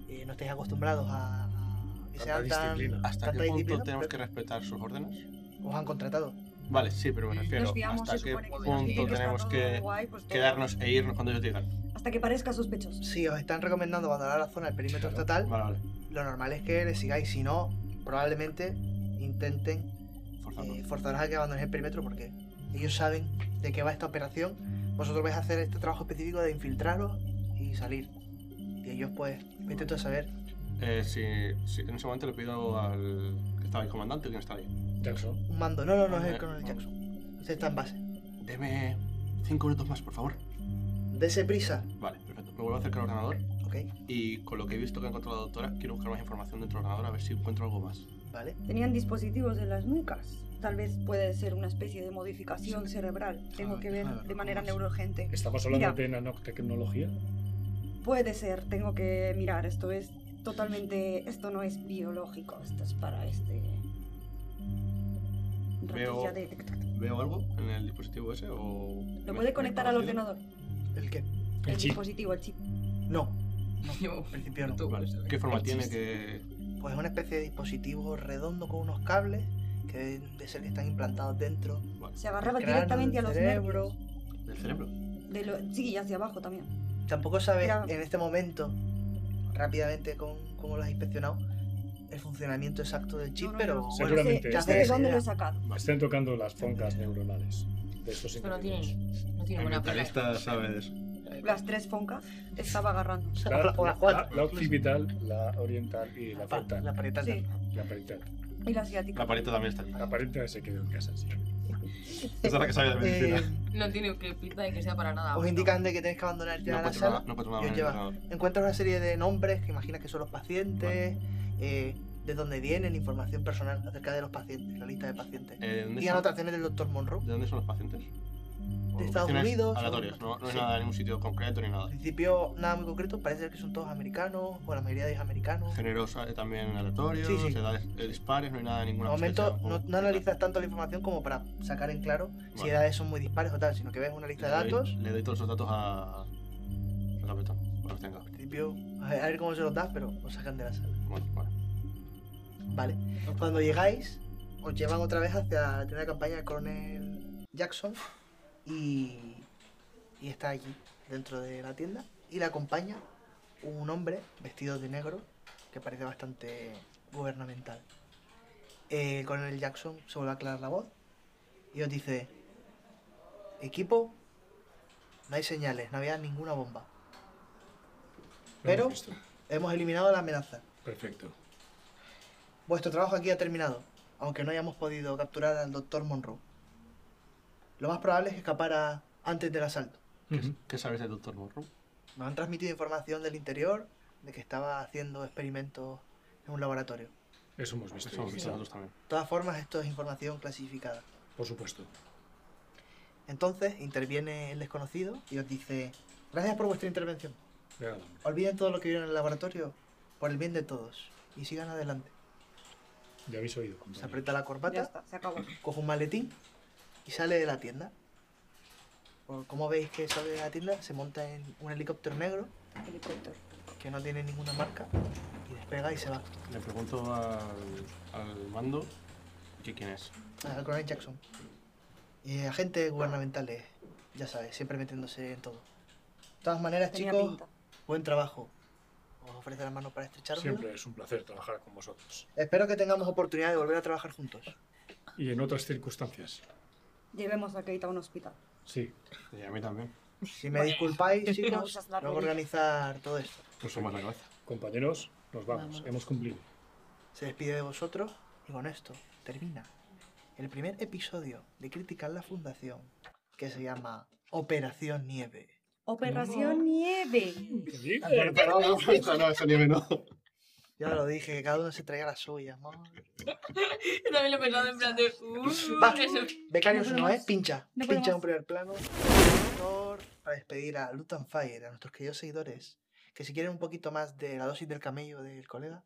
B: eh, no estáis acostumbrados a, a que
E: Tanta
B: sean tan-
E: disciplina.
D: ¿Hasta qué
B: tanta
D: punto
B: disciplina,
D: tenemos que
B: pero
D: respetar sus órdenes?
B: Os han contratado.
D: Vale, sí, pero me refiero.
F: Nos fiamos,
D: ¿Hasta
F: se
D: qué
F: supone que nos
D: punto
F: fiamos, está
D: tenemos
F: todo
D: que
F: guay, pues todo.
D: quedarnos e irnos cuando ellos digan?
F: Hasta que parezca sospechoso.
B: Si os están recomendando abandonar la zona del perímetro estatal,
D: Vale, vale.
B: lo normal es que le sigáis. Si no, probablemente intenten
D: Forzamos.
B: eh, forzaros a que abandonéis el perímetro porque ellos saben de qué va esta operación. Vosotros vais a hacer este trabajo específico de infiltraros y salir. Y ellos, pues, vete tú a saber.
D: Eh, si, si- en ese momento le pido al que estaba el comandante o quien está ahí.
E: Jackson.
B: Un mando. No, no, no es el
D: Eh,
B: coronel
D: no.
B: Jackson. Usted está en base.
D: Deme cinco minutos más, por favor.
B: Dese prisa.
D: Vale, perfecto. Me vuelvo a acercar al ordenador
B: Ok,
D: y con lo que he visto que ha encontrado la doctora, quiero buscar más información dentro del ordenador a ver si encuentro algo más.
B: vale.
F: Tenían dispositivos en las nucas. Tal vez puede ser una especie de modificación cerebral. Tengo que ver
D: déjame ver
F: de manera
D: cómo es.
F: neurogente.
E: Estamos hablando
F: Mira.
E: de nanotecnología.
F: Puede ser, tengo que mirar. Esto es totalmente. Esto no es biológico. Esto es para este.
D: Veo-
F: ratilla de-
D: ¿Veo algo en el dispositivo ese o...?
F: ¿Lo
D: me-
F: puede
D: me
F: conectar al
D: conocido?
F: ordenador?
B: ¿El qué?
F: El,
E: El chip.
F: dispositivo, el chip.
B: No,
C: Yo, en
B: principio no.
D: Vale, ¿Qué forma tiene que...?
B: pues es una especie de dispositivo redondo con unos cables que deben de ser que están implantados dentro.
D: Vale.
F: Se agarraba
B: del cráneo,
F: directamente a
B: del
F: los
B: cerebro.
F: nervios.
D: ¿Del cerebro?
F: De lo- Sí, y hacia abajo también.
B: Tampoco sabes
F: Era-
B: en este momento, rápidamente, con, cómo lo has inspeccionado, el funcionamiento exacto del chip,
F: No, no,
B: pero
F: no.
B: bueno,
E: Seguramente
F: No
B: ya
F: sé
E: este
F: de
B: haces
F: dónde lo
B: idea.
F: he sacado.
E: estén tocando las foncas neuronales de estos
C: Esto no
E: individuos.
C: tiene, no tiene buena pinta.
D: sabes.
F: Las tres foncas estaba agarrando.
E: La,
B: Las
E: la-
B: cuatro.
E: la occipital, la oriental y la
B: Pa-
E: frontal.
B: Ah, la pared tal,
F: Sí.
B: tal.
E: La parital.
F: Y la asiática.
D: La paleta también está ahí.
E: La parital se quedó en casa, sí.
D: Esa es la que sabe de medicina.
B: Eh,
C: No tiene que pinta de que sea para nada.
B: os indican de que tenéis que abandonar ya
D: No
B: la
D: encuentro
B: sala.
D: nada- no encuentro nada
B: y os
D: en el
B: lleva-
D: ordenador.
B: Encuentras una serie de nombres que imaginas que son los pacientes, eh, de dónde vienen, información personal acerca de los pacientes, la lista de pacientes.
D: Eh, ¿dónde
B: y
D: son?
B: anotaciones del doctor Monroe.
D: ¿De dónde son los pacientes?
B: De Estados Unidos.
D: Aleatorios, no, no es
B: Sí.
D: nada de ningún sitio concreto ni nada.
B: En principio, nada muy concreto, parece ser que son todos americanos, o la mayoría de ellos americanos.
D: Géneros eh, también aleatorios,
B: Sí, sí.
D: edades eh, dispares, no hay nada de
B: De
D: ninguna cosa que
B: momento,
D: sea-
B: no, no analizas tanto la información como para sacar en claro si
D: Vale.
B: edades son muy dispares o tal, sino que ves una lista de
D: Le doy-
B: datos.
D: Le doy todos esos datos a. al capitán, a los tenga.
B: En principio, a ver, a ver cómo se los das, pero os sacan de la sala.
D: Bueno, bueno.
B: Vale. Cuando llegáis, os llevan otra vez hacia la tienda de campaña del coronel Jackson y, y está allí, dentro de la tienda, y le acompaña un hombre vestido de negro que parece bastante gubernamental. Eh, El coronel Jackson se vuelve a aclarar la voz y os dice, equipo, no hay señales, no había ninguna bomba. Pero hemos eliminado la amenaza.
J: Perfecto.
B: Vuestro trabajo aquí ha terminado, aunque no hayamos podido capturar al doctor Monroe. Lo más probable es que escapara antes del asalto.
D: ¿Qué, qué sabes del doctor Monroe?
B: Nos han transmitido información del interior de que estaba haciendo experimentos en un laboratorio.
E: Eso hemos visto.
D: Eso hemos visto nosotros también.
B: De todas formas, esto es información clasificada.
E: Por supuesto.
B: Entonces interviene el desconocido y os dice, gracias por vuestra intervención.
E: De nada.
B: Olviden todo lo que vieron en el laboratorio por el bien de todos y sigan adelante.
E: Ya habéis oído.
B: Se aprieta la
F: Ya
B: corbata,
F: está, se acabó.
B: coge un maletín y sale de la tienda. Por- Como veis que sale de la tienda, se monta en un helicóptero negro
F: Helicóptero.
B: que no tiene ninguna marca y despega y se va.
D: Le pregunto al, al mando que quién es.
B: Al coronel Jackson. Y eh, agentes gubernamentales, ya sabes, siempre metiéndose en todo. De todas maneras,
F: Tenía
B: chicos,
F: pinta.
B: buen trabajo. Os ofrece la mano para estrecharlo.
E: Siempre es un placer trabajar con vosotros.
B: Espero que tengamos oportunidad de volver a trabajar juntos.
E: Y en otras circunstancias.
F: Llevemos a Keita a un hospital.
E: Sí.
D: Y a mí también.
B: Si me
F: [LAUGHS]
B: disculpáis, chicos,
F: usas la
B: luego
F: rodilla.
B: organizar todo esto.
D: No somos
B: [LAUGHS]
D: la cabeza. [LAUGHS]
E: Compañeros, nos vamos.
C: Vamos.
E: Hemos cumplido.
B: Se despide de vosotros y con esto termina el primer episodio de Criticar la Fundación que se llama Operación Nieve.
F: Operación Nieve.
D: No, no, no, no, eso ni menos.
B: Ya lo dije, que cada uno se traía la suya.
F: [LAUGHS]
B: madre.
C: Yo [LAUGHS] también lo he pensado en plan de. Uh,
B: Va.
C: eso.
B: Becarios
F: No
B: no,
F: podemos.
B: ¿eh? Pincha.
F: No
B: Pincha en
F: podemos.
B: un primer plano. Por- Para despedir a Loot and Fire, a nuestros queridos seguidores, que si quieren un poquito más de la dosis del camello del colega,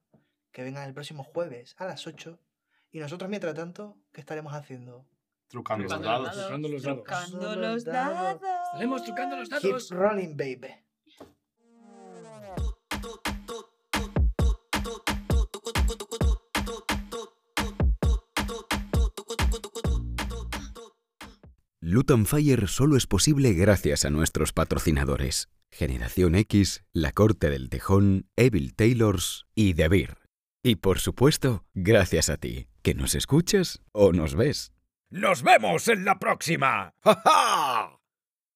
B: que vengan el próximo jueves a las 8. Y nosotros, mientras tanto, ¿qué estaremos haciendo?
D: Trucando los
C: Trucando
E: Trucando
D: dados.
C: los dados.
E: los dados.
C: Trucando
B: Los
C: los
B: dados.
C: dados.
E: Estaremos trucando los
B: Keep
E: dados.
B: rolling, baby.
A: Luton Fire solo es posible gracias a nuestros patrocinadores: Generación X, La Corte del Tejón, Evil Taylors y The Beer. Y por supuesto, gracias a ti, que nos escuchas o nos ves.
G: Nos vemos en la próxima. ¡Ja, ja!